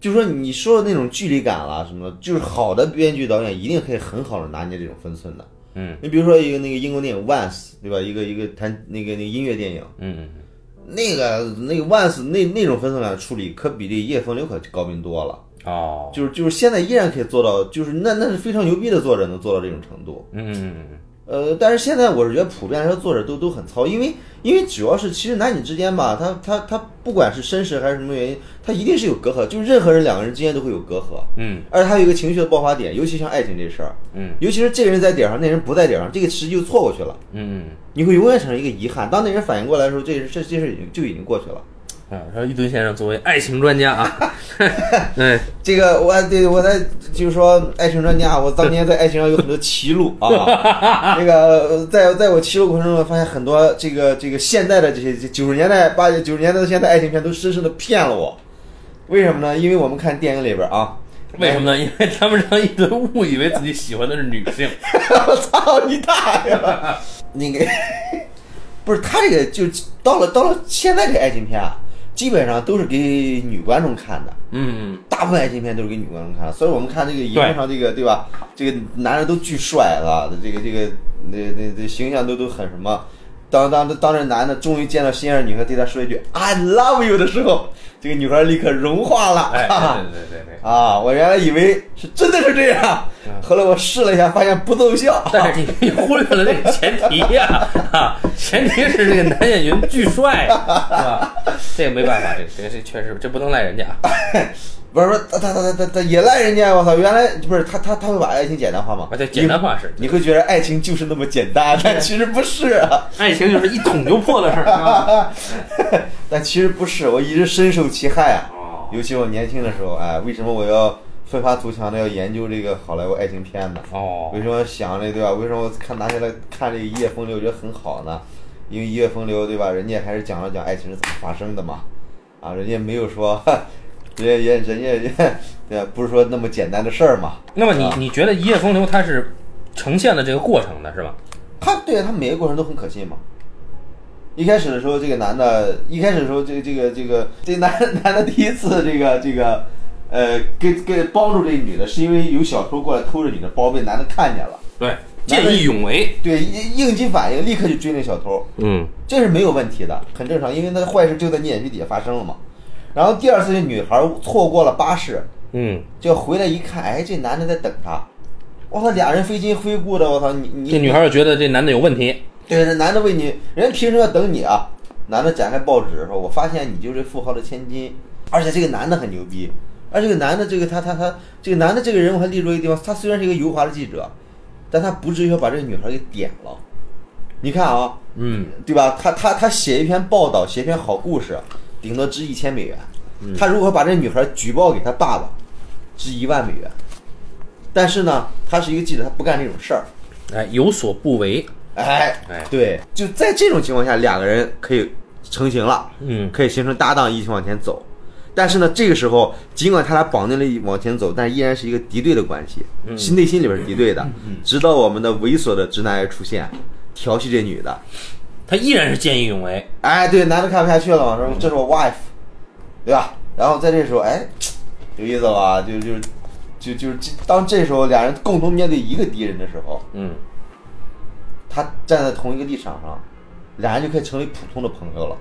Speaker 2: 就说你说的那种距离感啦什么的，就是好的编剧导演一定可以很好的拿捏这种分寸的。
Speaker 1: 嗯
Speaker 2: 你比如说一个那个英国电影《Once》，对吧？一个一个弹那个那个音乐电影，
Speaker 1: 嗯
Speaker 2: 那个那个《Once 那》那种分寸感的处理，可比这《夜风流》可高明多了。
Speaker 1: 嗯，哦，
Speaker 2: 就是就是现在依然可以做到，就是那那是非常牛逼的作者能做到这种程度。
Speaker 1: 嗯嗯嗯嗯
Speaker 2: 呃，但是现在我是觉得普遍来说作者都都很糙，因为因为主要是其实男女之间吧，他他他不管是身世还是什么原因，他一定是有隔阂，就是任何人两个人之间都会有隔阂，
Speaker 1: 嗯
Speaker 2: 而且他有一个情绪的爆发点，尤其像爱情这事儿，
Speaker 1: 嗯
Speaker 2: 尤其是这个人在点儿上，那人不在点儿上，这个时机就错过去了，
Speaker 1: 嗯
Speaker 2: 你会永远产生一个遗憾。当那人反应过来的时候，这这这事已经就已经过去了。
Speaker 1: 嗯，啊，说一吨先生作为爱情专家 啊，对，
Speaker 2: 这个我对我在就是说爱情专家，我当年在爱情上有很多歧路 啊。这个呃在在我歧路过程中，我发现很多这个这个现在的这些九十年代八九十年代到现在爱情片都深深的骗了我。为什么呢？因为我们看电影里边啊，
Speaker 1: 为什么呢？因为他们让一吨误以为自己喜欢的是女性，
Speaker 2: 我 操你大爷！那个不是他这个就到了到了现在这个爱情片啊，基本上都是给女观众看的。
Speaker 1: 嗯，
Speaker 2: 大部分爱情片都是给女观众看，所以我们看这个荧幕上这个对吧？这个男人都巨帅了，这个这个那那那形象都都很什么。当当当这男的终于见到心爱的女孩，对他说一句 “I love you” 的时候，这个女孩立刻融化了。
Speaker 1: 哎，对对对对对。
Speaker 2: 啊，我原来以为是真的是这样，后来我试了一下，发现不奏效。
Speaker 1: 但是你忽略了这个前提呀、啊，前提是这个男演员巨帅，啊，这个没办法，这个这个这确实这不能赖人家啊。
Speaker 2: 不是不是，他他他他他也赖人家，我操！原来不是他他他会把爱情简单化吗？
Speaker 1: 啊，对，简单化是，
Speaker 2: 你会觉得爱情就是那么简单，但其实不是啊。
Speaker 1: 爱情就是一捅就破的事儿。啊
Speaker 2: 但其实不是，我一直深受其害啊。
Speaker 1: 哦
Speaker 2: 尤其我年轻的时候，哎，为什么我要奋发图强的要研究这个好莱坞爱情片呢？
Speaker 1: 哦，
Speaker 2: 为什么想这对吧？为什么我看拿下来看这个《一夜风流》觉得很好呢？因为《一夜风流》对吧？人家还是讲了讲爱情是怎么发生的嘛，啊，人家没有说， 人家人家人家对吧不是说那么简单的事儿嘛。
Speaker 1: 那么你你觉得《一夜风流》它是呈现了这个过程的是吧？
Speaker 2: 他对他每个过程都很可信嘛。一开始的时候，这个男的，一开始的时候，这个这个这个这男男 的第一次这个这个，呃，给给帮助这女的，是因为有小偷过来偷这女的包，被男的看见了，
Speaker 1: 对，见义勇为。
Speaker 2: 对，应应激反应，立刻就追那小偷，
Speaker 1: 嗯
Speaker 2: 这是没有问题的，很正常，因为那坏事就在你眼皮底下发生了嘛。然后第二次，这女孩错过了巴士，
Speaker 1: 嗯，
Speaker 2: 就回来一看，哎，这男的在等她，我操，俩人非亲非故的，我操，你你
Speaker 1: 这女孩就觉得这男的有问题。
Speaker 2: 对，这男的为你，人家凭什么要等你啊？男的展开报纸说：“我发现你就是富豪的千金。”而且这个男的很牛逼，而这个男的这个他他他这个男的这个人我还立住一个地方，他虽然是一个油滑的记者，但他不至于要把这个女孩给点了。你看啊，
Speaker 1: 嗯
Speaker 2: 对吧？他他他写一篇报道，写一篇好故事，顶多值一千美元。他如果把这女孩举报给他爸爸，值一万美元。但是呢，他是一个记者，他不干这种事儿。
Speaker 1: 哎，有所不为。
Speaker 2: 哎
Speaker 1: 哎
Speaker 2: 对，就在这种情况下，两个人可以成型了，
Speaker 1: 嗯
Speaker 2: 可以形成搭档，一起往前走。但是呢，这个时候尽管他俩绑定了往前走，但依然是一个敌对的关系，心内心里边是敌对的。直到我们的猥琐的直男癌出现，调戏这女的，
Speaker 1: 他依然是见义勇为。
Speaker 2: 哎，对，男的看不下去了嘛，说这是我 wife，对吧？然后在这时候，哎，有意思了吧？就就就就是这当这时候俩人共同面对一个敌人的时候，
Speaker 1: 嗯，
Speaker 2: 他站在同一个立场上，俩人就可以成为普通的朋友了。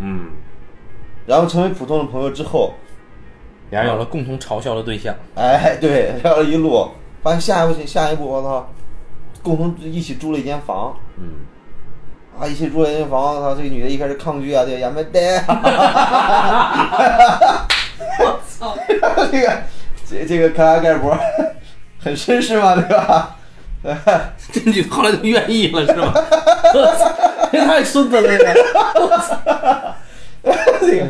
Speaker 1: 嗯，
Speaker 2: 然后成为普通的朋友之后，
Speaker 1: 俩人有了共同嘲笑的对象。
Speaker 2: 哎，对，聊了一路，发现下一步下一步，我操，共同一起住了一间房
Speaker 1: 嗯，
Speaker 2: 啊，一起住了一间房，我操，这个女的一开始抗拒啊，对，也没带啊， 这个这这个克拉盖博很绅士嘛，对吧？
Speaker 1: 这女的后来就愿意了，是 吗？这太孙子了，这个。
Speaker 2: 这个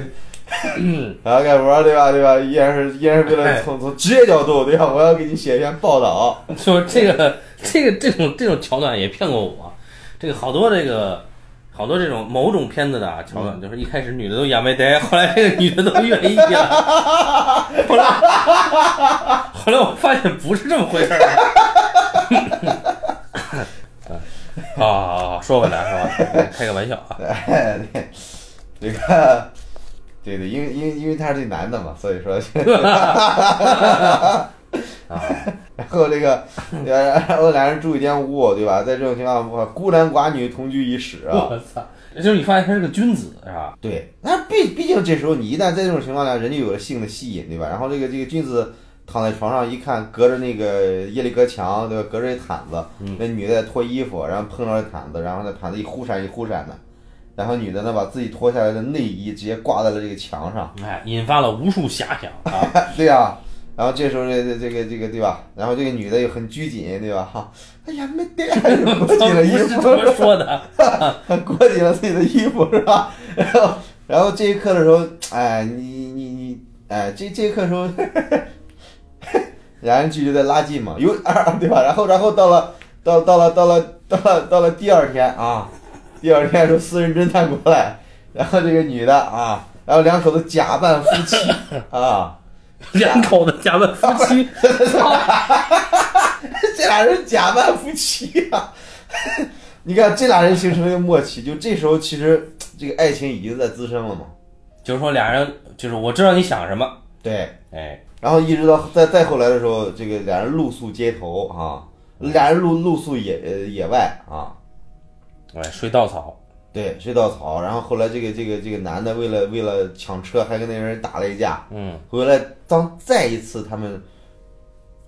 Speaker 1: 嗯，
Speaker 2: 克拉盖博对吧？对吧？依然是依然是为
Speaker 1: 哎
Speaker 2: 了从从职业角度，对吧？我要给你写一篇报道。
Speaker 1: 就这个这个这种这种桥段也骗过我，这个好多这个。好多这种某种片子的啊桥段，就是一开始女的都眼没 呆，后来这个女的都愿意 了，后来后来我发现不是这么回 事儿啊啊。好好好，说回来是吧？开个玩笑 啊。
Speaker 2: 哎，对，这个，对对，因为因为因为他是这男的嘛，所以说，
Speaker 1: 啊
Speaker 2: 然后这个，呃然后俩人住一间屋，对吧？在这种情况下，孤男寡女同居一室啊。
Speaker 1: 我操！就是你发现他是个君子是吧？
Speaker 2: 对，那毕毕竟这时候你一旦在这种情况下，人就有了性的吸引，对吧？然后这个这个君子躺在床上一看，隔着那个夜里隔墙，对吧？隔着一毯子，那女的在脱衣服，然后碰着毯子，然后那毯子一忽闪一忽闪的，然后女的呢把自己脱下来的内衣直接挂在了这个墙 上，
Speaker 1: 哎，引发了无数遐想 啊！
Speaker 2: 对呀、然后这时候这这这个这个对吧？然后这个女的又很拘谨，对吧？哈，哎呀，没带，
Speaker 1: 不
Speaker 2: 裹
Speaker 1: 是
Speaker 2: 紧了衣
Speaker 1: 这
Speaker 2: 服，
Speaker 1: 么说的，
Speaker 2: 裹紧了自己的衣服是吧？ 然后，然后这一刻的时候，哎，你你你，哎，这这一刻的时候， 两人距离在拉近嘛，有啊，对吧？然后，然后到了，到到了，到了，到了，到了第二天啊，第二天的时候，私人侦探过来，然后这个女的啊，然后两口子假扮夫妻啊，
Speaker 1: 两口子假扮夫妻，
Speaker 2: 这俩人假扮夫妻啊。 你看这俩人形成了一个默契，就这时候其实这个爱情已经在滋生了嘛。
Speaker 1: 就是说俩人，就是我知道你想什么，
Speaker 2: 对，
Speaker 1: 哎，
Speaker 2: 然后一直到再再后来的时候，这个俩人露宿街头啊，俩人露露宿野呃野外啊，
Speaker 1: 哎，睡稻草，
Speaker 2: 对，睡稻草。然后后来这个这个这个男的为了为了抢车，还跟那人打了一架。
Speaker 1: 嗯，
Speaker 2: 回来当再一次他们，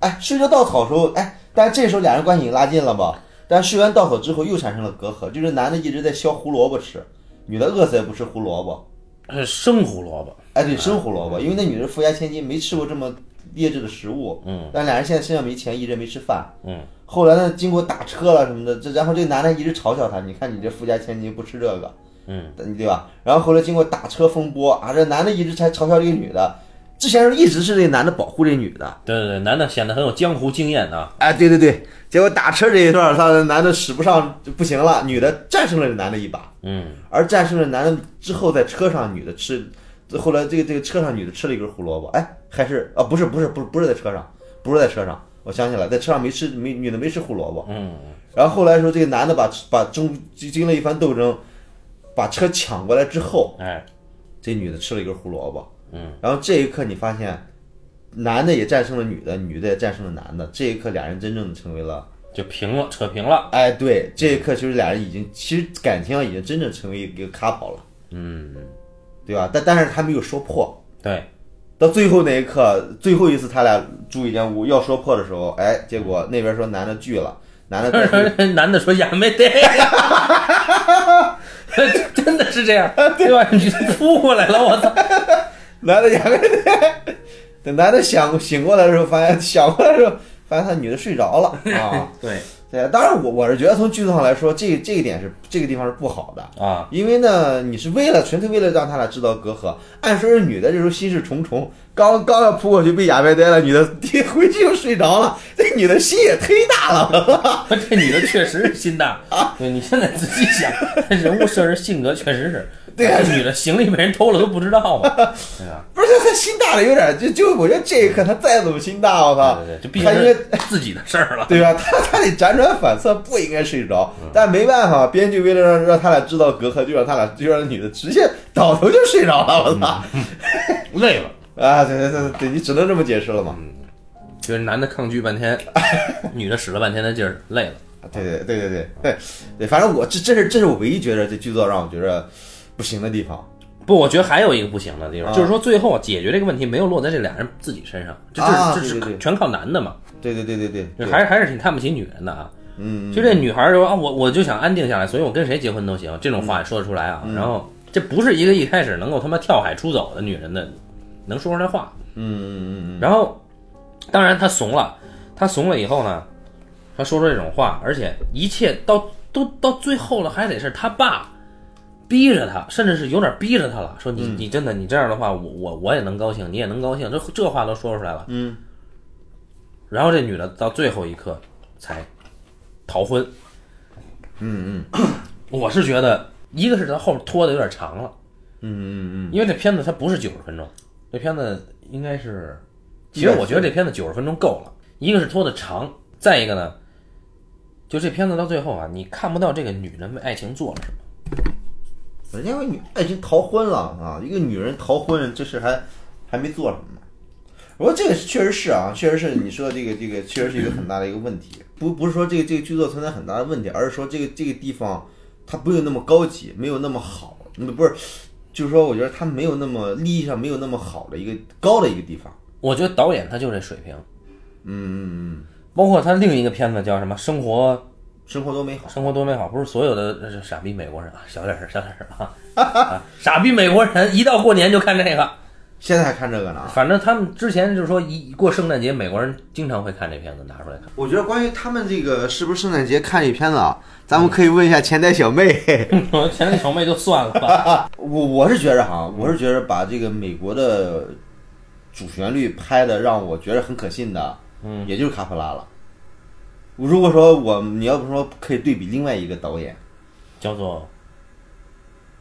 Speaker 2: 哎，睡着稻草的时候，哎，但这时候俩人关系已经拉近了吧？但睡完稻草之后又产生了隔阂，就是男的一直在削胡萝卜吃，女的饿死也不吃胡萝卜。
Speaker 1: 是呃生胡萝卜，嗯
Speaker 2: 哎，对，生胡萝卜，因为那女人富家千金，没吃过这么劣质的食物。
Speaker 1: 嗯，
Speaker 2: 但俩人现在身上没钱，一直没吃饭。
Speaker 1: 嗯，
Speaker 2: 后来呢，经过打车了什么的，这然后这个男的一直嘲笑她，你看你这富家千金不吃这个，呃
Speaker 1: 嗯，
Speaker 2: 对吧？然后后来经过打车风波啊，这男的一直才嘲笑这个女的，之前一直是这男的保护这女的，
Speaker 1: 对对对，男的显得很有江湖经验啊，
Speaker 2: 哎，对对对，结果打车这一段，他男的使不上，不行了，女的战胜了这男的一把，
Speaker 1: 嗯，
Speaker 2: 而战胜了男的之后，在车上女的吃，后来这个这个车上女的吃了一根胡萝卜，哎，还是啊，不是不是不是不是在车上，不是在车上，我想起来，在车上没吃没女的没吃胡萝卜，
Speaker 1: 嗯，
Speaker 2: 然后后来说这个男的把把中经经了一番斗争，把车抢过来之后，
Speaker 1: 哎，
Speaker 2: 这女的吃了一根胡萝卜，
Speaker 1: 嗯，
Speaker 2: 然后这一刻你发现，男的也战胜了女的，女的也战胜了男的，这一刻俩人真正的成为了。
Speaker 1: 就平了，扯平了，
Speaker 2: 哎，对，这一刻其实俩人已经，其实感情上啊已经真正成为一个 couple 了，嗯，对吧？但但是他没有说破，
Speaker 1: 对，
Speaker 2: 到最后那一刻，最后一次他俩住一间屋要说破的时候，哎，结果那边说男的拒了，男的 再去
Speaker 1: 男的说呀没得 呀，真的是这样， 对吧？你扑过来了，我操！。
Speaker 2: 男的两个人， 等男的想醒过来的时候，发现想过来的时候，发现他女的睡着了啊
Speaker 1: 对
Speaker 2: 对，当然我我是觉得从剧作上来说，这这一点是这个地方是不好的，
Speaker 1: 啊，
Speaker 2: 因为呢，你是为了纯粹为了让他俩制造隔阂。按说是女的这时候心事重重，刚刚要扑过去被哑巴呆了，女的 回去又睡着了，这女的心也忒大了。
Speaker 1: 这女的确实是心大啊！对你现在仔细 想，这人物设置性格确实是，
Speaker 2: 对啊
Speaker 1: 这女的行李被人偷了都不知道嘛，对吧？
Speaker 2: 不是她心大了，有点就就我觉得这一刻她再怎么心大，我靠
Speaker 1: 对，对对，就毕竟
Speaker 2: 她应该
Speaker 1: 是自己的事儿 了。
Speaker 2: 对吧？她她得辗转反侧，不应该睡着，
Speaker 1: 嗯
Speaker 2: 但没办法，编剧为了让让他俩制造隔阂，就让他俩就让女的直接倒头就睡着了，我操！
Speaker 1: 累了，
Speaker 2: 啊，对对对对，你只能这么解释了嘛。
Speaker 1: 就是男的抗拒半 天，女的使了半天的劲儿，累了。
Speaker 2: 啊对对对对对对对，反正我这这是这是我唯一觉得这剧作让我觉得不行的地方。
Speaker 1: 不，我觉得还有一个不行的地方，
Speaker 2: 啊
Speaker 1: 就是说最后解决这个问题没有落在这俩人自己身上，这这
Speaker 2: 啊
Speaker 1: 这
Speaker 2: 对对
Speaker 1: 是
Speaker 2: 对
Speaker 1: 全靠男的嘛，
Speaker 2: 对对对对对，
Speaker 1: 就
Speaker 2: 对
Speaker 1: 还是还是挺看不起女人的啊。
Speaker 2: 嗯，
Speaker 1: 就这女孩儿说啊，我我就想安定下来，所以我跟谁结婚都行，这种话也说得出来啊。然后这不是一个一开始能够他妈跳海出走的女人的能说出来话。嗯嗯嗯。然后，当然她怂了，她怂了以后呢，她说出这种话，而且一切到都到最后了，还得是她爸逼着她，甚至是有点逼着她了，说你、你真的你这样的话，我我我也能高兴，你也能高兴，这这话都说出来了。
Speaker 2: 嗯。
Speaker 1: 然后这女的到最后一刻才逃婚。嗯我是觉得，一个是它后边拖的有点长了，嗯嗯嗯，因为这片子它不是九十分钟，这片子应该是，其实我觉得这片子九十分钟够了。一个是拖的长，再一个呢，就这片子到最后啊，你看不到这个女人为爱情做了什么。
Speaker 2: 人家有嗯女爱情逃婚了啊，一个女人逃婚这事还还没做什么。我说这个确实是啊，确实是你说的这个这个确实是一个很大的一个问题，不不是说这个这个剧作存在很大的问题，而是说这个这个地方它没有那么高级，没有那么好，嗯不是，就是说我觉得它没有那么利益上没有那么好的一个高的一个地方。
Speaker 1: 我觉得导演他就这水平，
Speaker 2: 嗯嗯嗯，
Speaker 1: 包括他另一个片子叫什么《生活
Speaker 2: 生活多美好，
Speaker 1: 生活多美好》，不是所有的呃傻逼美国人啊，小点声，小点声啊 啊！傻逼美国人一到过年就看这个，
Speaker 2: 现在还看这个呢啊。
Speaker 1: 反正他们之前就是说一一过圣诞节，美国人经常会看这片子，拿出来看。
Speaker 2: 我觉得关于他们这个是不是圣诞节看这片子啊，咱们可以问一下前台小妹。
Speaker 1: 我前面小妹就算了吧，
Speaker 2: 我我是觉着哈，我是觉着把这个美国的主旋律拍的让我觉着很可信的，嗯，也就是卡普拉了。如果说我你要不说可以对比另外一个导演
Speaker 1: 叫做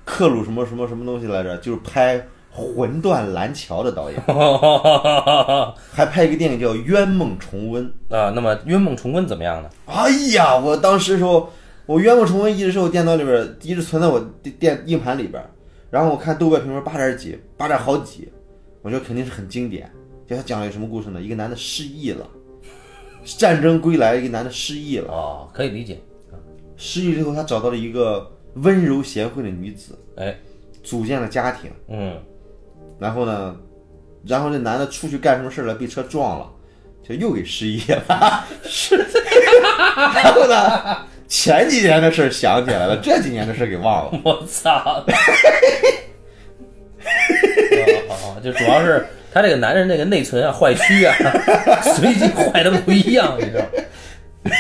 Speaker 2: 克鲁什么什么什么东西来着，就是拍《魂断蓝桥》的导演，
Speaker 1: 啊，
Speaker 2: 还拍一个电影叫《冤梦重温》。
Speaker 1: 那么《冤梦重温》怎么样呢？
Speaker 2: 哎呀，我当时时候，我《冤梦重温》一直是我电脑里边儿，一直存在我电电硬盘里边儿。然后我看豆瓣评分八点几，八点好几，我觉得肯定是很经典。就他讲了一个什么故事呢？一个男的失忆了，战争归来，一个男的失忆了，
Speaker 1: 哦，可以理解，
Speaker 2: 失忆之后他找到了一个温柔贤惠的女子，
Speaker 1: 哎，
Speaker 2: 组建了家庭。
Speaker 1: 嗯，
Speaker 2: 然后呢，然后这男的出去干什么事儿了，被车撞了，就又给失忆了。 是，然后呢，前几年的事儿想起来了，这几年的事儿给忘了。
Speaker 1: 我操！哦哦哦就主要是他这个男人那个内存啊、坏区啊，随机坏的不一样，你知道吗？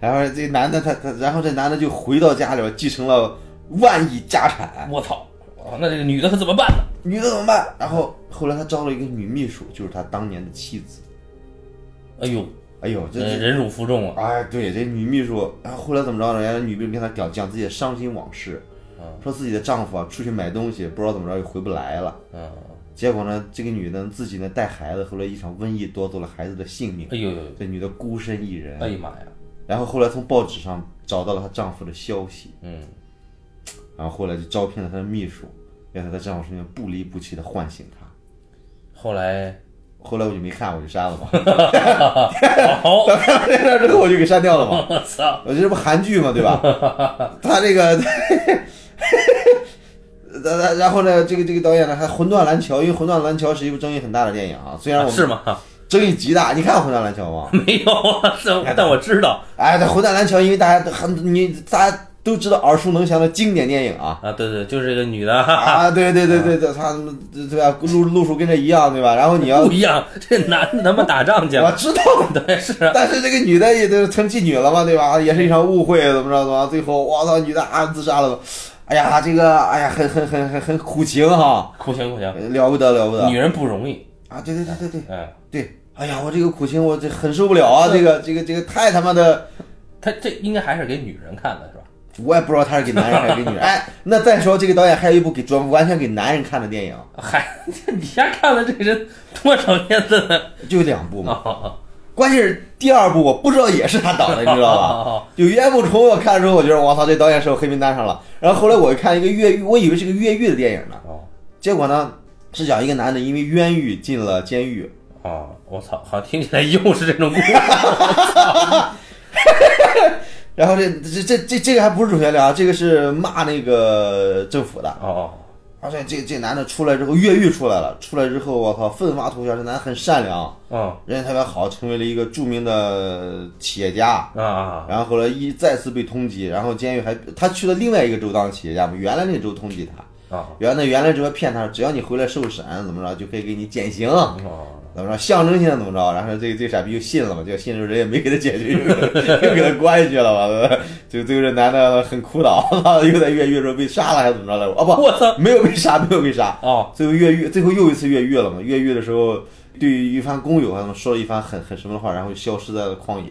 Speaker 2: 然后这男的他他，然后这男的就回到家里边继承了万亿家产，
Speaker 1: 我操！哦那这个女的可怎么办呢？
Speaker 2: 女的怎么办？然后后来他招了一个女秘书，就是他当年的妻子。
Speaker 1: 哎呦，
Speaker 2: 哎呦，这
Speaker 1: 呃
Speaker 2: 这。
Speaker 1: 忍辱负重啊！
Speaker 2: 哎，对，这女秘书，然后后来怎么着呢？人家女秘书跟她讲讲自己的伤心往事，说自己的丈夫啊出去买东西，不知道怎么着又回不来了。
Speaker 1: 嗯，
Speaker 2: 结果呢，这个女的自己呢带孩子，后来一场瘟疫夺走了孩子的性命，
Speaker 1: 哎呦呦，
Speaker 2: 这女的孤身一人。
Speaker 1: 哎呀妈呀，
Speaker 2: 然后后来从报纸上找到了她丈夫的消息，
Speaker 1: 嗯，
Speaker 2: 然后后来就招聘了她的秘书，让她在丈夫身边不离不弃的唤醒她。
Speaker 1: 后来，
Speaker 2: 后来我就没看，我就删了 嘛。
Speaker 1: 好，
Speaker 2: 看完这段之后我就给删掉了嘛。
Speaker 1: 我操，
Speaker 2: 我这不韩剧嘛，对吧？他这个， 然然然后呢，这个这个导演呢还《魂断蓝桥》，因为《魂断蓝桥》是一部争议很大的电影啊，虽然我
Speaker 1: 是
Speaker 2: 们
Speaker 1: 吗？
Speaker 2: 争议极大。你看《魂断蓝桥》吗？
Speaker 1: 没有啊，但但我知道
Speaker 2: 哎，那《魂断蓝桥》因为大家都很你大家都知道耳熟能详的经典电影 啊。
Speaker 1: 啊，对对，就是这个女的，哈哈
Speaker 2: 啊，对对对对对，他们对吧？路路数跟这一样，对吧？然后你要
Speaker 1: 不一样，这男的他妈打仗去
Speaker 2: 我
Speaker 1: 了，
Speaker 2: 知道，
Speaker 1: 对，是啊，
Speaker 2: 但是这个女的也都成妓女了嘛，对吧？也是一场误会，怎么着怎么着，最后我操，女的啊自杀了，哎呀，这个哎呀，很很很很很苦情哈，
Speaker 1: 苦情苦情，
Speaker 2: 了不得了不得
Speaker 1: 女人不容易，
Speaker 2: 啊！对对对对对
Speaker 1: 嗯，
Speaker 2: 对，哎呀，我这个苦情我这很受不了啊，这个这个这个太他妈的，
Speaker 1: 他这应该还是给女人看的是吧？
Speaker 2: 我也不知道他是给男人还是给 女人。哎，那再说这个导演还有一部给专完全给男人看的电影，
Speaker 1: 嗨，你家看了这人多少片子呢？
Speaker 2: 就两部嘛。
Speaker 1: 哦
Speaker 2: 关键是第二部我不知道也是他导的，你知道吧？
Speaker 1: 哦
Speaker 2: 有冤不重，我看了之后，我觉得我操，这导演是我黑名单上了。然后后来我看一个越狱，我以为是个越狱的电影呢，
Speaker 1: 哦
Speaker 2: 结果呢是讲一个男的因为冤狱进了监狱。
Speaker 1: 哦，我操，好听起来又是这种故事，
Speaker 2: 然后这这这这这个还不是主旋律啊，这个是骂那个政府的。
Speaker 1: 哦，
Speaker 2: 而且这这男的出来之后越狱出来了，出来之后我靠奋发图强，这男的很善良，
Speaker 1: 嗯
Speaker 2: 人家特别好，成为了一个著名的企业家。
Speaker 1: 啊，
Speaker 2: 然后后来一再次被通缉，然后监狱还他去了另外一个州当企业家嘛，原来那个州通缉他，
Speaker 1: 啊，
Speaker 2: 原来原来这边骗他，只要你回来受审怎么着就可以给你减刑，
Speaker 1: 哦，
Speaker 2: 怎么着象征性的怎么着，然后这这傻逼就信了嘛，就信了人也没给他解决，又给他 又给他关进去了嘛，就最后这男的很苦恼， 又在越狱的时候被杀了还是怎么着来着？哦不，
Speaker 1: 我操，
Speaker 2: 没有被杀，没有被杀，
Speaker 1: 哦，
Speaker 2: 最后越狱，最后又一次越狱了嘛，越狱的时候对于一番工友他们说了一番很很什么的话，然后消失在了旷野，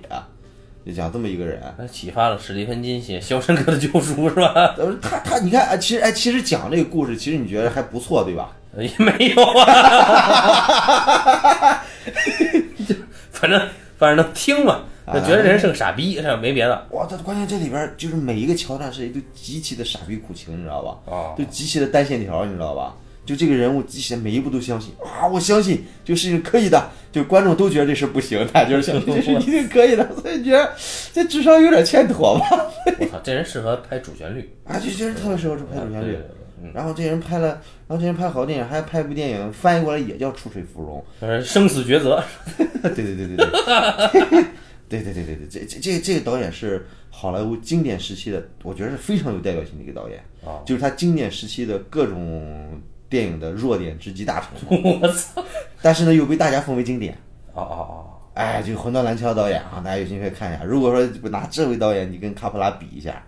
Speaker 2: 就讲这么一个人。
Speaker 1: 那启发了史蒂芬金写《肖申克的救赎》是吧？
Speaker 2: 呃，他他，你看，哎，其实哎，其实讲这个故事，其实你觉得还不错，对吧？
Speaker 1: 呃也没有啊， 就反正反正能听嘛，就觉得这人是个傻逼，这没别的。
Speaker 2: 哇，他关键这里边儿就是每一个桥段是都极其的傻逼苦情，你知道吧？
Speaker 1: 哦
Speaker 2: 就极其的单线条，你知道吧？就这个人物极其每一步都相信啊，我相信这个事情可以的，就观众都觉得这事儿不行，他就是相信这事一定可以的，所以觉得这智商有点欠妥吧？
Speaker 1: 我操，这人适合拍主旋律，
Speaker 2: 啊，就觉得特别适合这拍主旋律
Speaker 1: 对。
Speaker 2: 然后这人拍了，然后这人拍好电影，还拍一部电影翻译过来也叫《出水芙蓉》。
Speaker 1: 呃，生死抉择，
Speaker 2: 对对对对对， 对对对对对，这这这这个导演是好莱坞经典时期的，我觉得是非常有代表性的一个导演，
Speaker 1: 哦
Speaker 2: 就是他经典时期的各种电影的弱点之集大成，
Speaker 1: 我操！
Speaker 2: 但是呢又被大家奉为经典。
Speaker 1: 哦哦
Speaker 2: 哎，就魂断蓝桥导演啊，大家有兴趣可以看一下。如果说拿这位导演你跟卡普拉比一下，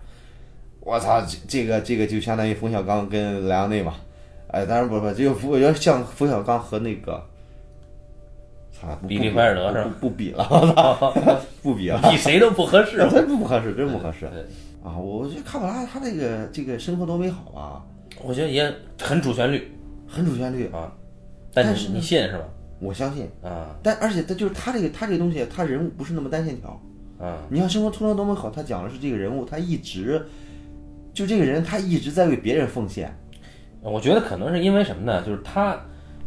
Speaker 2: 我操，这这个这个就相当于冯小刚跟莱昂内嘛。哎，当然不不，就我觉得像冯小刚和那个，操，不
Speaker 1: 比利怀尔德是吧
Speaker 2: 不不比了，
Speaker 1: 哦
Speaker 2: 我操，不比了哎
Speaker 1: 哦，，比谁都不合适。
Speaker 2: 真不合适，真不合适
Speaker 1: 对
Speaker 2: 啊！我觉得卡普拉他那个这个生活多美好啊，
Speaker 1: 我觉得也很主旋律，
Speaker 2: 很主旋律，
Speaker 1: 但
Speaker 2: 但
Speaker 1: 你你信是吧？
Speaker 2: 我相信。
Speaker 1: 啊
Speaker 2: 但而且他就是他这个他这个东西，他人物不是那么单线条。
Speaker 1: 啊
Speaker 2: 你看《生活突然多么好》，他讲的是这个人物，他一直就这个人，他一直在为别人奉献。
Speaker 1: 我觉得可能是因为什么呢？就是他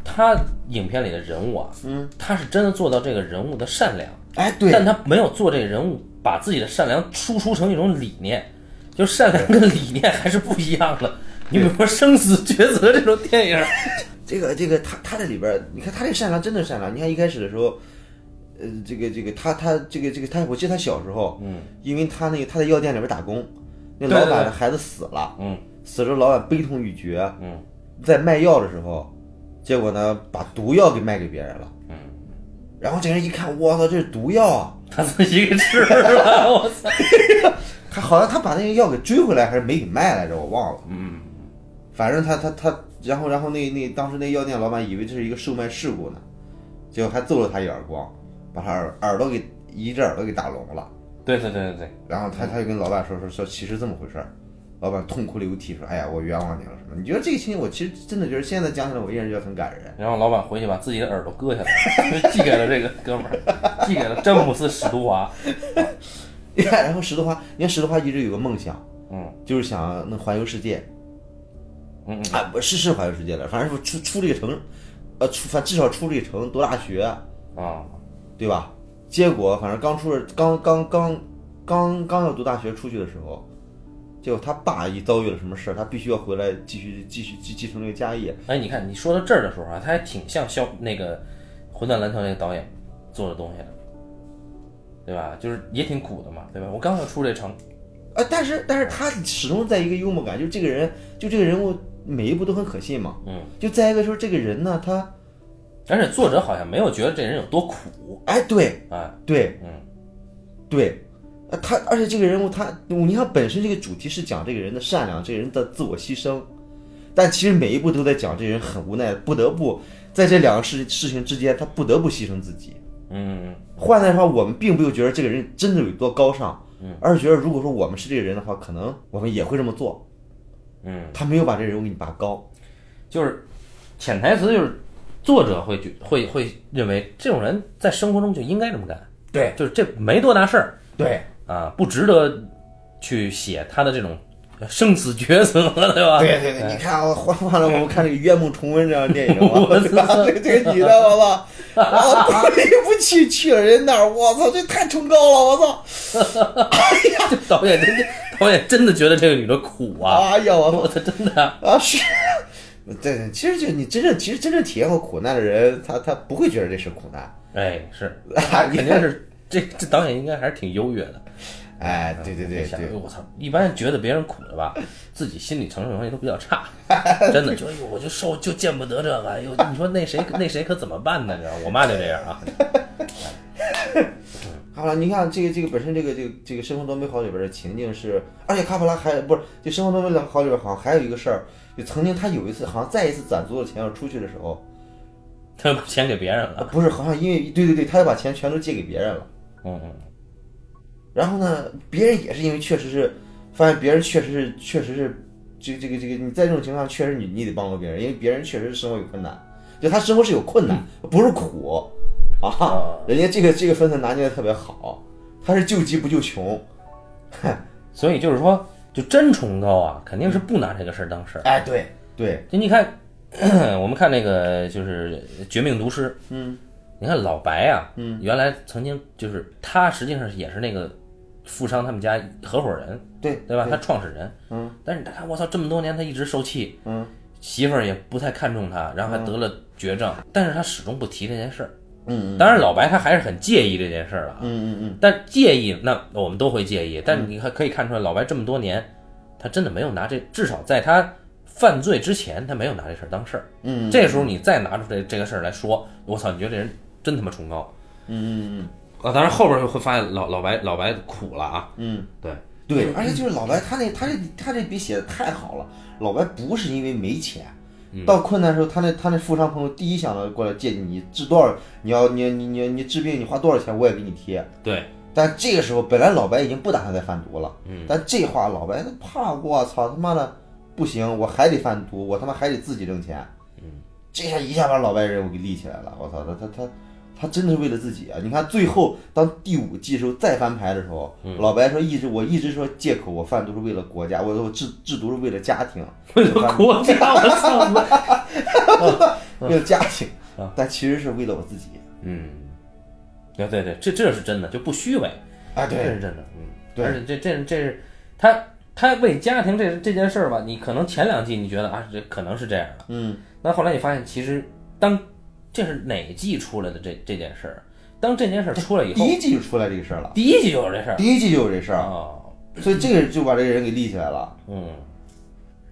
Speaker 1: 他影片里的人物啊，嗯，他是真的做到这个人物的善良，
Speaker 2: 哎，对，
Speaker 1: 但他没有做这个人物把自己的善良输出成一种理念，就善良跟理念还是不一样的。你比如说《生死抉择》这种电影，
Speaker 2: 这个这个他他这里边儿，你看他这善良真的是善良。你看一开始的时候，呃，这个这个他他这个这个他，我记得他小时候，嗯，因为他那个他在药店里边打工，那
Speaker 1: 对
Speaker 2: 老
Speaker 1: 对
Speaker 2: 板
Speaker 1: 对
Speaker 2: 的孩子死了，
Speaker 1: 嗯，
Speaker 2: 死了老板悲痛欲绝，
Speaker 1: 嗯，
Speaker 2: 在卖药的时候，结果呢把毒药给卖给别人了，嗯，然后这人一看，我操，这是毒药啊！
Speaker 1: 他自己给吃了，我操！
Speaker 2: 他好像他把那个药给追回来，还是没给卖来着，我忘了。嗯，反正他他他，然后然后那那当时那药店老板以为这是一个售卖事故呢，结果还揍了他一耳光，把他耳耳朵给一只耳朵给打聋了。
Speaker 1: 对对对对对，
Speaker 2: 然后他他就跟老板说说说，其实这么回事儿。老板痛哭流涕说：“哎呀，我冤枉你了什么？”你觉得这个情节，我其实真的觉得现在讲起来，我依然觉得很感人。
Speaker 1: 然后老板回去把自己的耳朵割下来，就寄给了这个哥们儿，寄给了詹姆斯史都华。
Speaker 2: 你看， 然后石头花，你看石头花一直有个梦想，
Speaker 1: 嗯
Speaker 2: 就是想能环游世界。
Speaker 1: 嗯嗯，
Speaker 2: 啊，不是是环游世界了，反正出出这个城，呃，出反至少出这个城读大学，
Speaker 1: 啊，
Speaker 2: 对吧？结果反正刚出刚刚刚刚刚要读大学出去的时候，结果他爸一遭遇了什么事儿，他必须要回来继续继续继继承这个家业。
Speaker 1: 哎，你看你说到这儿的时候啊，他还挺像肖那个《混蛋篮球》那个导演做的东西的，对吧？就是也挺苦的嘛，对吧？我刚要出这城，
Speaker 2: 啊，但是但是他始终在一个幽默感，就是这个人，就这个人物每一步都很可信嘛。
Speaker 1: 嗯，
Speaker 2: 就再一个说这个人呢，他
Speaker 1: 而且作者好像没有觉得这人有多苦
Speaker 2: 哎，对
Speaker 1: 啊，
Speaker 2: 对
Speaker 1: 嗯
Speaker 2: 对，啊，他而且这个人物他，你看本身这个主题是讲这个人的善良，这个人的自我牺牲，但其实每一步都在讲这个人很无奈，不得不在这两个事事情之间，他不得不牺牲自己。
Speaker 1: 嗯
Speaker 2: 换句话，我们并没有觉得这个人真的有多高尚，
Speaker 1: 嗯
Speaker 2: 而是觉得如果说我们是这个人的话，可能我们也会这么做。
Speaker 1: 嗯，
Speaker 2: 他没有把这个人物给你拔高，
Speaker 1: 就是潜台词就是作者会觉会会认为这种人在生活中就应该这么干，
Speaker 2: 对
Speaker 1: 就是这没多大事儿
Speaker 2: 对
Speaker 1: 啊，不值得去写他的这种生死抉择， 对吧？
Speaker 2: 对对对，你看我换换了，我们看这个《冤梦重温》这样的电影嘛，
Speaker 1: 我
Speaker 2: 对吧？这这个女的，我 操，我操，一不去去了人那儿，我操，这太崇高了，我操，
Speaker 1: 这导演真的，导演真的觉得这个女的苦啊！
Speaker 2: 哎呀，我
Speaker 1: 我
Speaker 2: 操
Speaker 1: 操，真的，
Speaker 2: 啊是。 对，对其实就你真正其实真正体验过苦难的人，他他不会觉得这是苦难，
Speaker 1: 哎，是，
Speaker 2: 啊、
Speaker 1: 肯
Speaker 2: 你
Speaker 1: 定是这这导演应该还是挺优越的。
Speaker 2: 哎，对对对
Speaker 1: 想
Speaker 2: 对，，
Speaker 1: 我操，一般觉得别人苦的吧，自己心理承受能力都比较 差，真的，就哎呦我就受就见不得这个，哎呦，你说那谁那谁可怎么办呢？你知道，我妈就这样啊，
Speaker 2: 好了，你看这个这个本身这个这个这个《生活多美好》里边的情境是，而且卡普拉还不是就《生活多美好》里边好像还有一个事儿，就曾经他有一次好像再一次攒足了钱要出去的时候，
Speaker 1: 他就把钱给别人了，
Speaker 2: 啊，不是，好像因为对对对，他就把钱全都借给别人了。
Speaker 1: 嗯嗯，
Speaker 2: 然后呢，别人也是因为确实是发现别人确实是确实是这个这个这个，你在这种情况下，确实你你得帮助别人，因为别人确实是生活有困难，就他生活是有困难，不是苦啊
Speaker 1: 嗯啊。
Speaker 2: 人家这个这个分寸拿捏的特别好，他是救急不救穷。
Speaker 1: 所以就是说，就真崇高啊，肯定是不拿这个事儿当事儿。
Speaker 2: 哎，对对，
Speaker 1: 就你看，我们看那个就是《绝命毒师》，
Speaker 2: 嗯
Speaker 1: 你看老白啊，嗯，原来曾经就是他实际上也是那个富商他们家合伙人，
Speaker 2: 对
Speaker 1: 对吧？他创始人，嗯，但是他看我操，这么多年他一直受气，嗯，媳妇儿也不太看重他，然后还得了绝症，但是他始终不提这件事儿。
Speaker 2: 嗯，
Speaker 1: 当然老白他还是很介意这件事儿了啊，
Speaker 2: 嗯嗯嗯，
Speaker 1: 但介意那我们都会介意，但你还可以看出来，老白这么多年，他真的没有拿这，至少在他犯罪之前，他没有拿这事儿当事儿。
Speaker 2: 嗯，
Speaker 1: 这时候你再拿出这这个事儿来说，我操，你觉得这人真他妈崇高。
Speaker 2: 嗯嗯
Speaker 1: 啊，当然后边会发现老老白老白苦了 啊，
Speaker 2: 嗯
Speaker 1: 对，
Speaker 2: 嗯，对，而且就是老白他那他这他这笔写的太好了，老白不是因为没钱。到困难的时候，他那他那富商朋友第一想到过来借你，你治多少？你要你你你你治病，你花多少钱，我也给你贴。
Speaker 1: 对，
Speaker 2: 但这个时候，本来老白已经不打算再贩毒了，嗯，但这话老白他怕，我操他妈的，不行，我还得贩毒，我他妈还得自己挣钱，嗯，这下一下把老白人物给立起来了，我操，他他他他真的是为了自己啊！你看最后当第五季时候再翻牌的时候，
Speaker 1: 嗯
Speaker 2: 老白说一直我一直说借口我贩毒是为了国家，我我制制毒是为了家庭，
Speaker 1: 为了国家，我操！
Speaker 2: 为了家 庭，但其实是为了我自己
Speaker 1: 嗯，对对对，这这是真的，就不虚伪
Speaker 2: 啊，
Speaker 1: 这
Speaker 2: 对
Speaker 1: 是真的，嗯，
Speaker 2: 对
Speaker 1: 而且这这这是他他为家庭这这件事儿吧，你可能前两季你觉得啊，这可能是这样的，
Speaker 2: 嗯，
Speaker 1: 那后来你发现其实当这是哪季出来的这这件事儿，当这件事儿出来以
Speaker 2: 第
Speaker 1: 后，
Speaker 2: 一季就出来这个事儿了，
Speaker 1: 第一季就有这事儿
Speaker 2: 第一季就有这事儿，
Speaker 1: 哦，
Speaker 2: 所以这个就把这个人给立起来了。
Speaker 1: 嗯，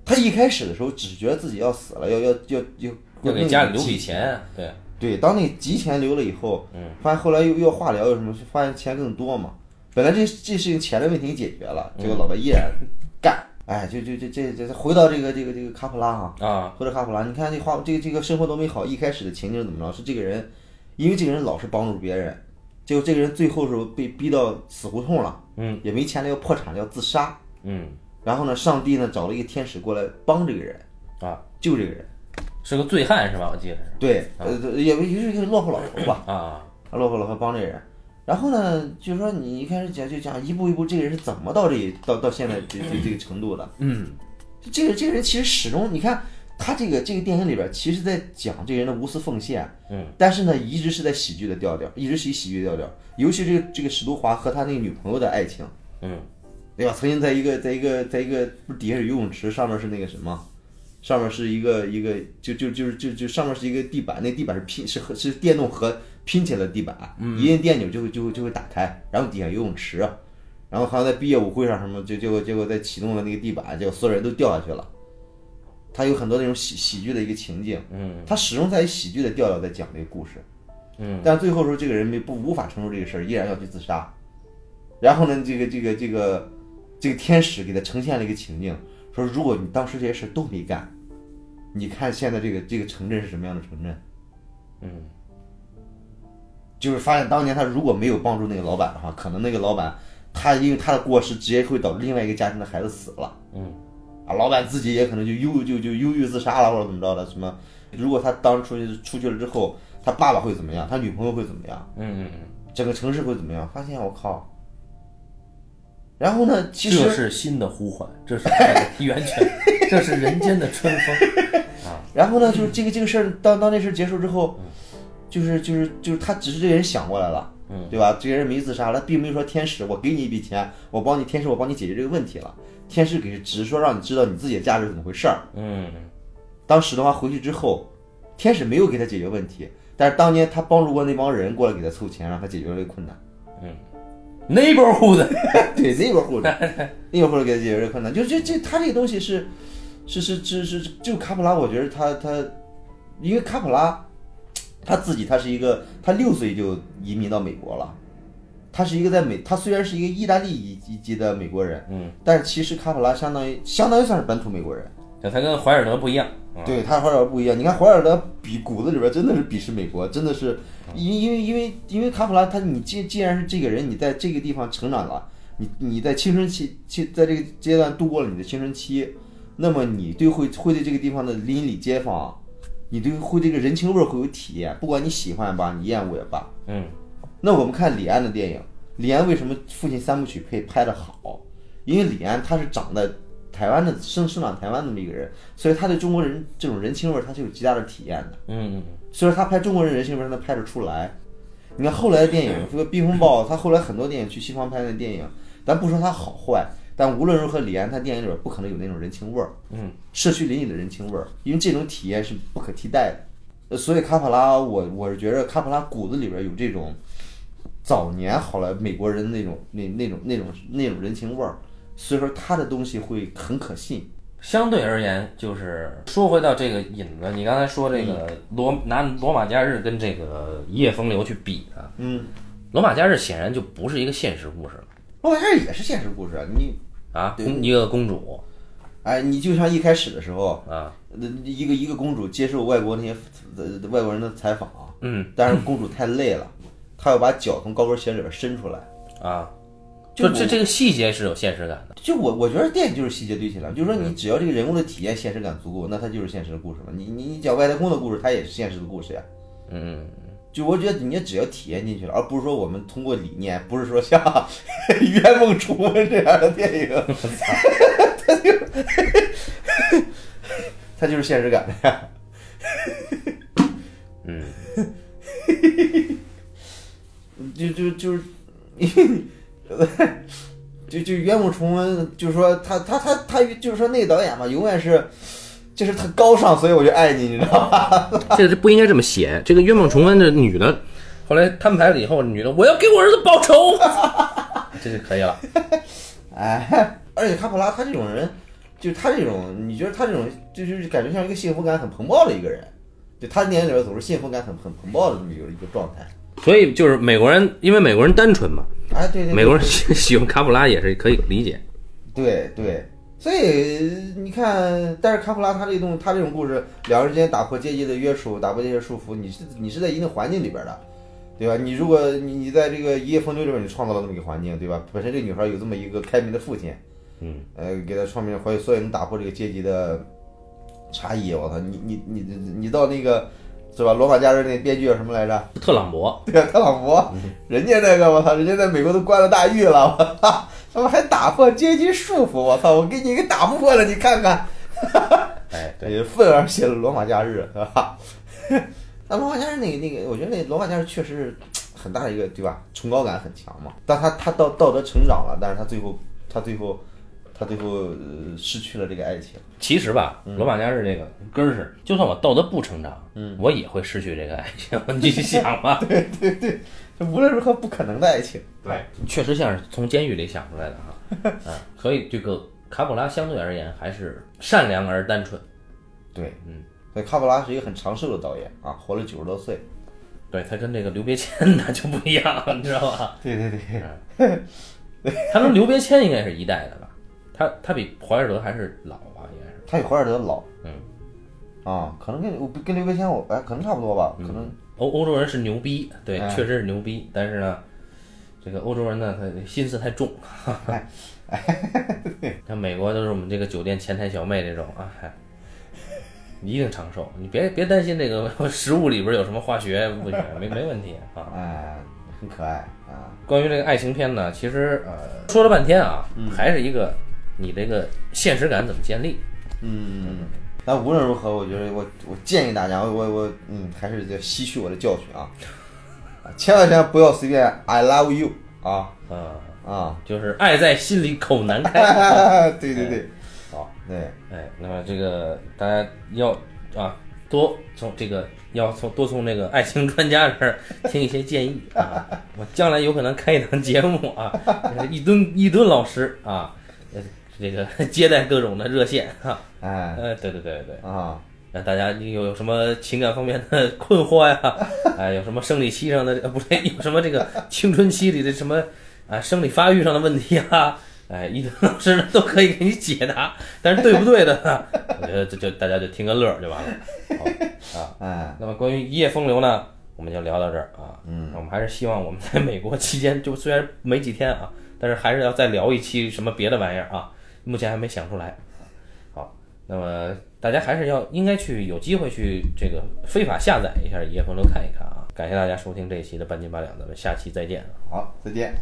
Speaker 2: 他一开始的时候只觉得自己要死了，要要要要
Speaker 1: 要给家里留笔。钱，对，
Speaker 2: 对，当那集钱留了以后，
Speaker 1: 嗯，
Speaker 2: 发现后来又又化疗又什么，发现钱更多嘛。本来这这事情钱的问题解决了，
Speaker 1: 嗯
Speaker 2: 结果老白依然干，哎，就就就这这回到这个这个这个卡普拉哈，
Speaker 1: 啊，
Speaker 2: 回到卡普拉，你看这画这个这个生活多美好，一开始的情景怎么着？是这个人，因为这个人老是帮助别人，结果这个人最后时候被逼到死胡同了，
Speaker 1: 嗯，
Speaker 2: 也没钱了，要破产了，要自杀。
Speaker 1: 嗯，
Speaker 2: 然后呢，上帝呢找了一个天使过来帮这个人
Speaker 1: 啊，
Speaker 2: 救这个人。
Speaker 1: 是个醉汉是吧？我记得是
Speaker 2: 对，呃，也不也是一个落魄老头吧，
Speaker 1: 啊，
Speaker 2: 啊落魄老头帮这人。然后呢，就是说你一开始讲就讲一步一步，这个人是怎么到这里到到现在这这这个程度的？
Speaker 1: 嗯，
Speaker 2: 这个这个人其实始终，你看他这个这个电影里边，其实在讲这个人的无私奉献，啊
Speaker 1: 嗯，
Speaker 2: 但是呢，一直是在喜剧的调调，一直是以喜剧的调调，尤其这个这个史都华和他那个女朋友的爱情，
Speaker 1: 嗯，
Speaker 2: 对吧？曾经在一个在一个在一个不是底下是游泳池，上面是那个什么，上面是一个一个就就就是就就上面是一个地板，那地板是拼是和是电动和拼起来的地板，
Speaker 1: 嗯
Speaker 2: 一摁电钮就会就会就会打开，然后底下游泳池。啊然后好像在毕业舞会上什么，就结果结果在启动了那个地板，结果所有人都掉下去了。他有很多那种喜喜剧的一个情境，
Speaker 1: 嗯，
Speaker 2: 他始终在以喜剧的调调在讲这个故事，
Speaker 1: 嗯，
Speaker 2: 但最后说这个人没不无法承受这个事儿，依然要去自杀。然后呢，这个这个这个这个天使给他呈现了一个情境，说如果你当时这些事都没干，你看现在这个这个城镇是什么样的城镇？
Speaker 1: 嗯，
Speaker 2: 就是发现当年他如果没有帮助那个老板的话，可能那个老板他因为他的过失，直接会导致另外一个家庭的孩子死了。
Speaker 1: 嗯，
Speaker 2: 啊，老板自己也可能就忧就就忧郁自杀了，或者怎么着的。什么？如果他当初出去了之后，他爸爸会怎么样？他女朋友会怎么样？
Speaker 1: 嗯嗯嗯，
Speaker 2: 整个城市会怎么样？发现我靠。然后呢？其
Speaker 1: 这
Speaker 2: 实，
Speaker 1: 是新的呼唤，这是 爱的源泉，这是人间的春 风。
Speaker 2: 然后呢？就是这个这个事儿，当当这事儿结束之后，就是就是就是他只是这个人想过来了，
Speaker 1: 嗯
Speaker 2: 对吧？这个人没自杀，他并没有说天使，我给你一笔钱，我帮你，天使我帮你解决这个问题了。天使给只是说让你知道你自己的价值是怎么回事儿。
Speaker 1: 嗯
Speaker 2: 当时的话回去之后，天使没有给他解决问题，但是当年他帮助过那帮人过来给他凑钱，让他解决了这个困难。
Speaker 1: ，neighborhood，
Speaker 2: 对，那边护着，那边护着给他解决这个困难，就这这他这个东西是，是是是是，就卡普拉，我觉得他他，因为卡普拉他自己他是一个，他六岁就移民到美国了。他是一个在美，他虽然是一个意大利籍籍的美国人，
Speaker 1: 嗯，
Speaker 2: 但是其实卡普拉相当于相当于算是本土美国人，
Speaker 1: 他跟怀尔德不一样。
Speaker 2: 对，他怀尔德不一样。你看怀尔德比骨子里边真的是鄙视美国，真的是因因为因为因为卡普拉他你既既然是这个人，你在这个地方成长了，你你在青春期期在这个阶段度过了你的青春期，那么你对会会对这个地方的邻里街坊，你对会这个人情味儿会有体验，不管你喜欢吧，你厌恶也罢。
Speaker 1: 嗯
Speaker 2: 那我们看李安的电影，李安为什么《父亲三部曲》可以拍得好？因为李安他是长在台湾的，生生长台湾这么一个人，所以他对中国人这种人情味儿，他是有极大的体验的。
Speaker 1: 嗯
Speaker 2: 虽然他拍中国人人性，但是他拍得出来。你看后来的电影，这个《避风暴》，他后来很多电影去西方拍的电影，咱不说它好坏，但无论如何，李安他电影里边不可能有那种人情味儿，嗯，社区邻里的人情味儿，因为这种体验是不可替代的。呃所以卡普拉，我我是觉得卡普拉骨子里边有这种早年好莱美国人那种那那种那种那种人情味儿，所以说他的东西会很可信。
Speaker 1: 相对而言，就是说回到这个引子，你刚才说这个
Speaker 2: 嗯
Speaker 1: 罗、拿罗马假日跟这个一夜风流去比啊，
Speaker 2: 嗯，
Speaker 1: 罗马假日显然就不是一个现实故事了
Speaker 2: 罗马假日也是现实故事啊，你
Speaker 1: 啊，公一个公主
Speaker 2: 哎，你就像一开始的时候，
Speaker 1: 啊，
Speaker 2: 呃一个一个公主接受外国那些呃外国人的采访，啊
Speaker 1: 嗯
Speaker 2: 但是公主太累了，她要把脚从高跟鞋里边伸出来。
Speaker 1: 啊，
Speaker 2: 就
Speaker 1: 就这这个细节是有现实感的，
Speaker 2: 就我我觉得电影就是细节堆起来，就是说
Speaker 1: 嗯
Speaker 2: 你只要这个人物的体验现实感足够，那它就是现实的故事嘛。你你你讲外太空的故事，它也是现实的故事呀。
Speaker 1: 嗯，
Speaker 2: 就我觉得你也只要体验进去了，而不是说我们通过理念，不是说像 《圆梦重温》这样的电 影，它就 它就是现实感的呀。
Speaker 1: 嗯
Speaker 2: 嗯，就就就是， 就就《圆梦重温》，就是说他他他他就是说那个导演嘛，永远是就是他高尚，所以我就爱你，你知道吗？
Speaker 1: 这个不应该这么写。这个约梦重温的女的，后来摊牌了以后，女的我要给我儿子报 仇，这就可以了。
Speaker 2: 哎，而且卡普拉他这种人，就是他这种，你觉得他这种，就是感觉像一个幸福感很膨胀的一个人，对他电影里边总是幸福感很很膨胀的这么一个一个状态。
Speaker 1: 所以就是美国人，因为美国人单纯嘛，
Speaker 2: 哎，对对，
Speaker 1: 美国人喜欢卡普拉也是可以理解。
Speaker 2: 对对，所以你看，但是卡普拉他这种他这种故事，两人之间打破阶级的约束，打破这些束缚，你是你是在一定环境里边的，对吧？你如果你你在这个一夜风流里边，你创造了这么一个环境，对吧？本身这个女孩有这么一个开明的父亲，
Speaker 1: 嗯，
Speaker 2: 呃，给她创明，所以所以能打破这个阶级的差异。我操，你你你你你到那个是吧？罗马假日那编剧啊叫什么来着？
Speaker 1: 特朗普，
Speaker 2: 对啊，特朗普，人家那个我操，人家在美国都关了大狱了，我操，他们还打破阶级束缚，我操，我给你给打不破了，你看看，
Speaker 1: 哎，对，
Speaker 2: 对，愤而写了《罗马假日》，是吧？ 那《罗马假日》那个那个，我觉得那《罗马假日》确实很大的一个，对吧？崇高感很强嘛，但他他道道德成长了，但是他最后他最后他最后、呃、失去了这个爱情，
Speaker 1: 其实吧，罗马假日这个根儿是，就算我道德不成长，嗯，我也会失去这个爱情。你去想 吧，
Speaker 2: 这无论如何不可能的爱情。
Speaker 1: 对，确实像是从监狱里想出来的 哈。嗯，所以这个卡普拉相对而言还是善良而单纯。
Speaker 2: 对，嗯，所以卡普拉是一个很长寿的导演啊，活了九十多岁。
Speaker 1: 对他跟这个刘别谦 那就不一样，你知道吧？
Speaker 2: 对对对。
Speaker 1: 他跟刘别谦应该是一代的吧？他他比怀尔德还是老吧？应该是。
Speaker 2: 他比怀尔德老，
Speaker 1: 嗯，
Speaker 2: 啊，可能跟我跟刘别谦我哎，可能差不多吧，可能
Speaker 1: 欧欧洲人是牛逼，对，
Speaker 2: 哎
Speaker 1: 确实是牛逼。但是呢，这个欧洲人呢，他心思太重。像美国都是我们这个酒店前台小妹这种啊，嗨，一定长寿。你别别担心这个 食物里边有什么化学物质，没没问题啊。
Speaker 2: 哎，很可爱啊，
Speaker 1: 关于这个爱情片呢，其实呃说了半天啊，还是一个你这个现实感怎么建立。
Speaker 2: 嗯，但无论如何，我觉得我我建议大家，我我我嗯，还是得吸取我的教训啊，啊千万千万不要随便 I love you 啊
Speaker 1: 嗯，
Speaker 2: 啊，
Speaker 1: 就是爱在心里口难开。
Speaker 2: 对对对，
Speaker 1: 好，
Speaker 2: 对，
Speaker 1: 哎，那么这个大家要啊，多从这个要从多从这个爱情专家这儿听一些建议啊。我将来有可能开一档节目啊，这个一吨一吨老师啊，呃这个 接待各种的热线啊。
Speaker 2: 哎
Speaker 1: 呃，对对对对对，
Speaker 2: 啊，
Speaker 1: 那大家你有有什么情感方面的 困惑呀？啊，有什么生理期上的呃不对，有什么这个青春期里的什么啊生理发育上的问题啊？哎，一吨老师呢都可以给你解答，但是对不对的 呢？我觉得这就大家就听个乐儿就完了。好啊，
Speaker 2: 哎，
Speaker 1: 那么关于一夜风流呢，我们就聊到这儿啊。嗯，我们还是希望我们在美国期间，就虽然没几天啊，但是还是要再聊一期什么别的玩意儿啊，目前还没想出来。好，那么大家还是要应该去有机会去这个非法下载一下《一夜风流》看一看啊。感谢大家收听这一期的半斤八两，咱们下期再见啊。
Speaker 2: 好，再见。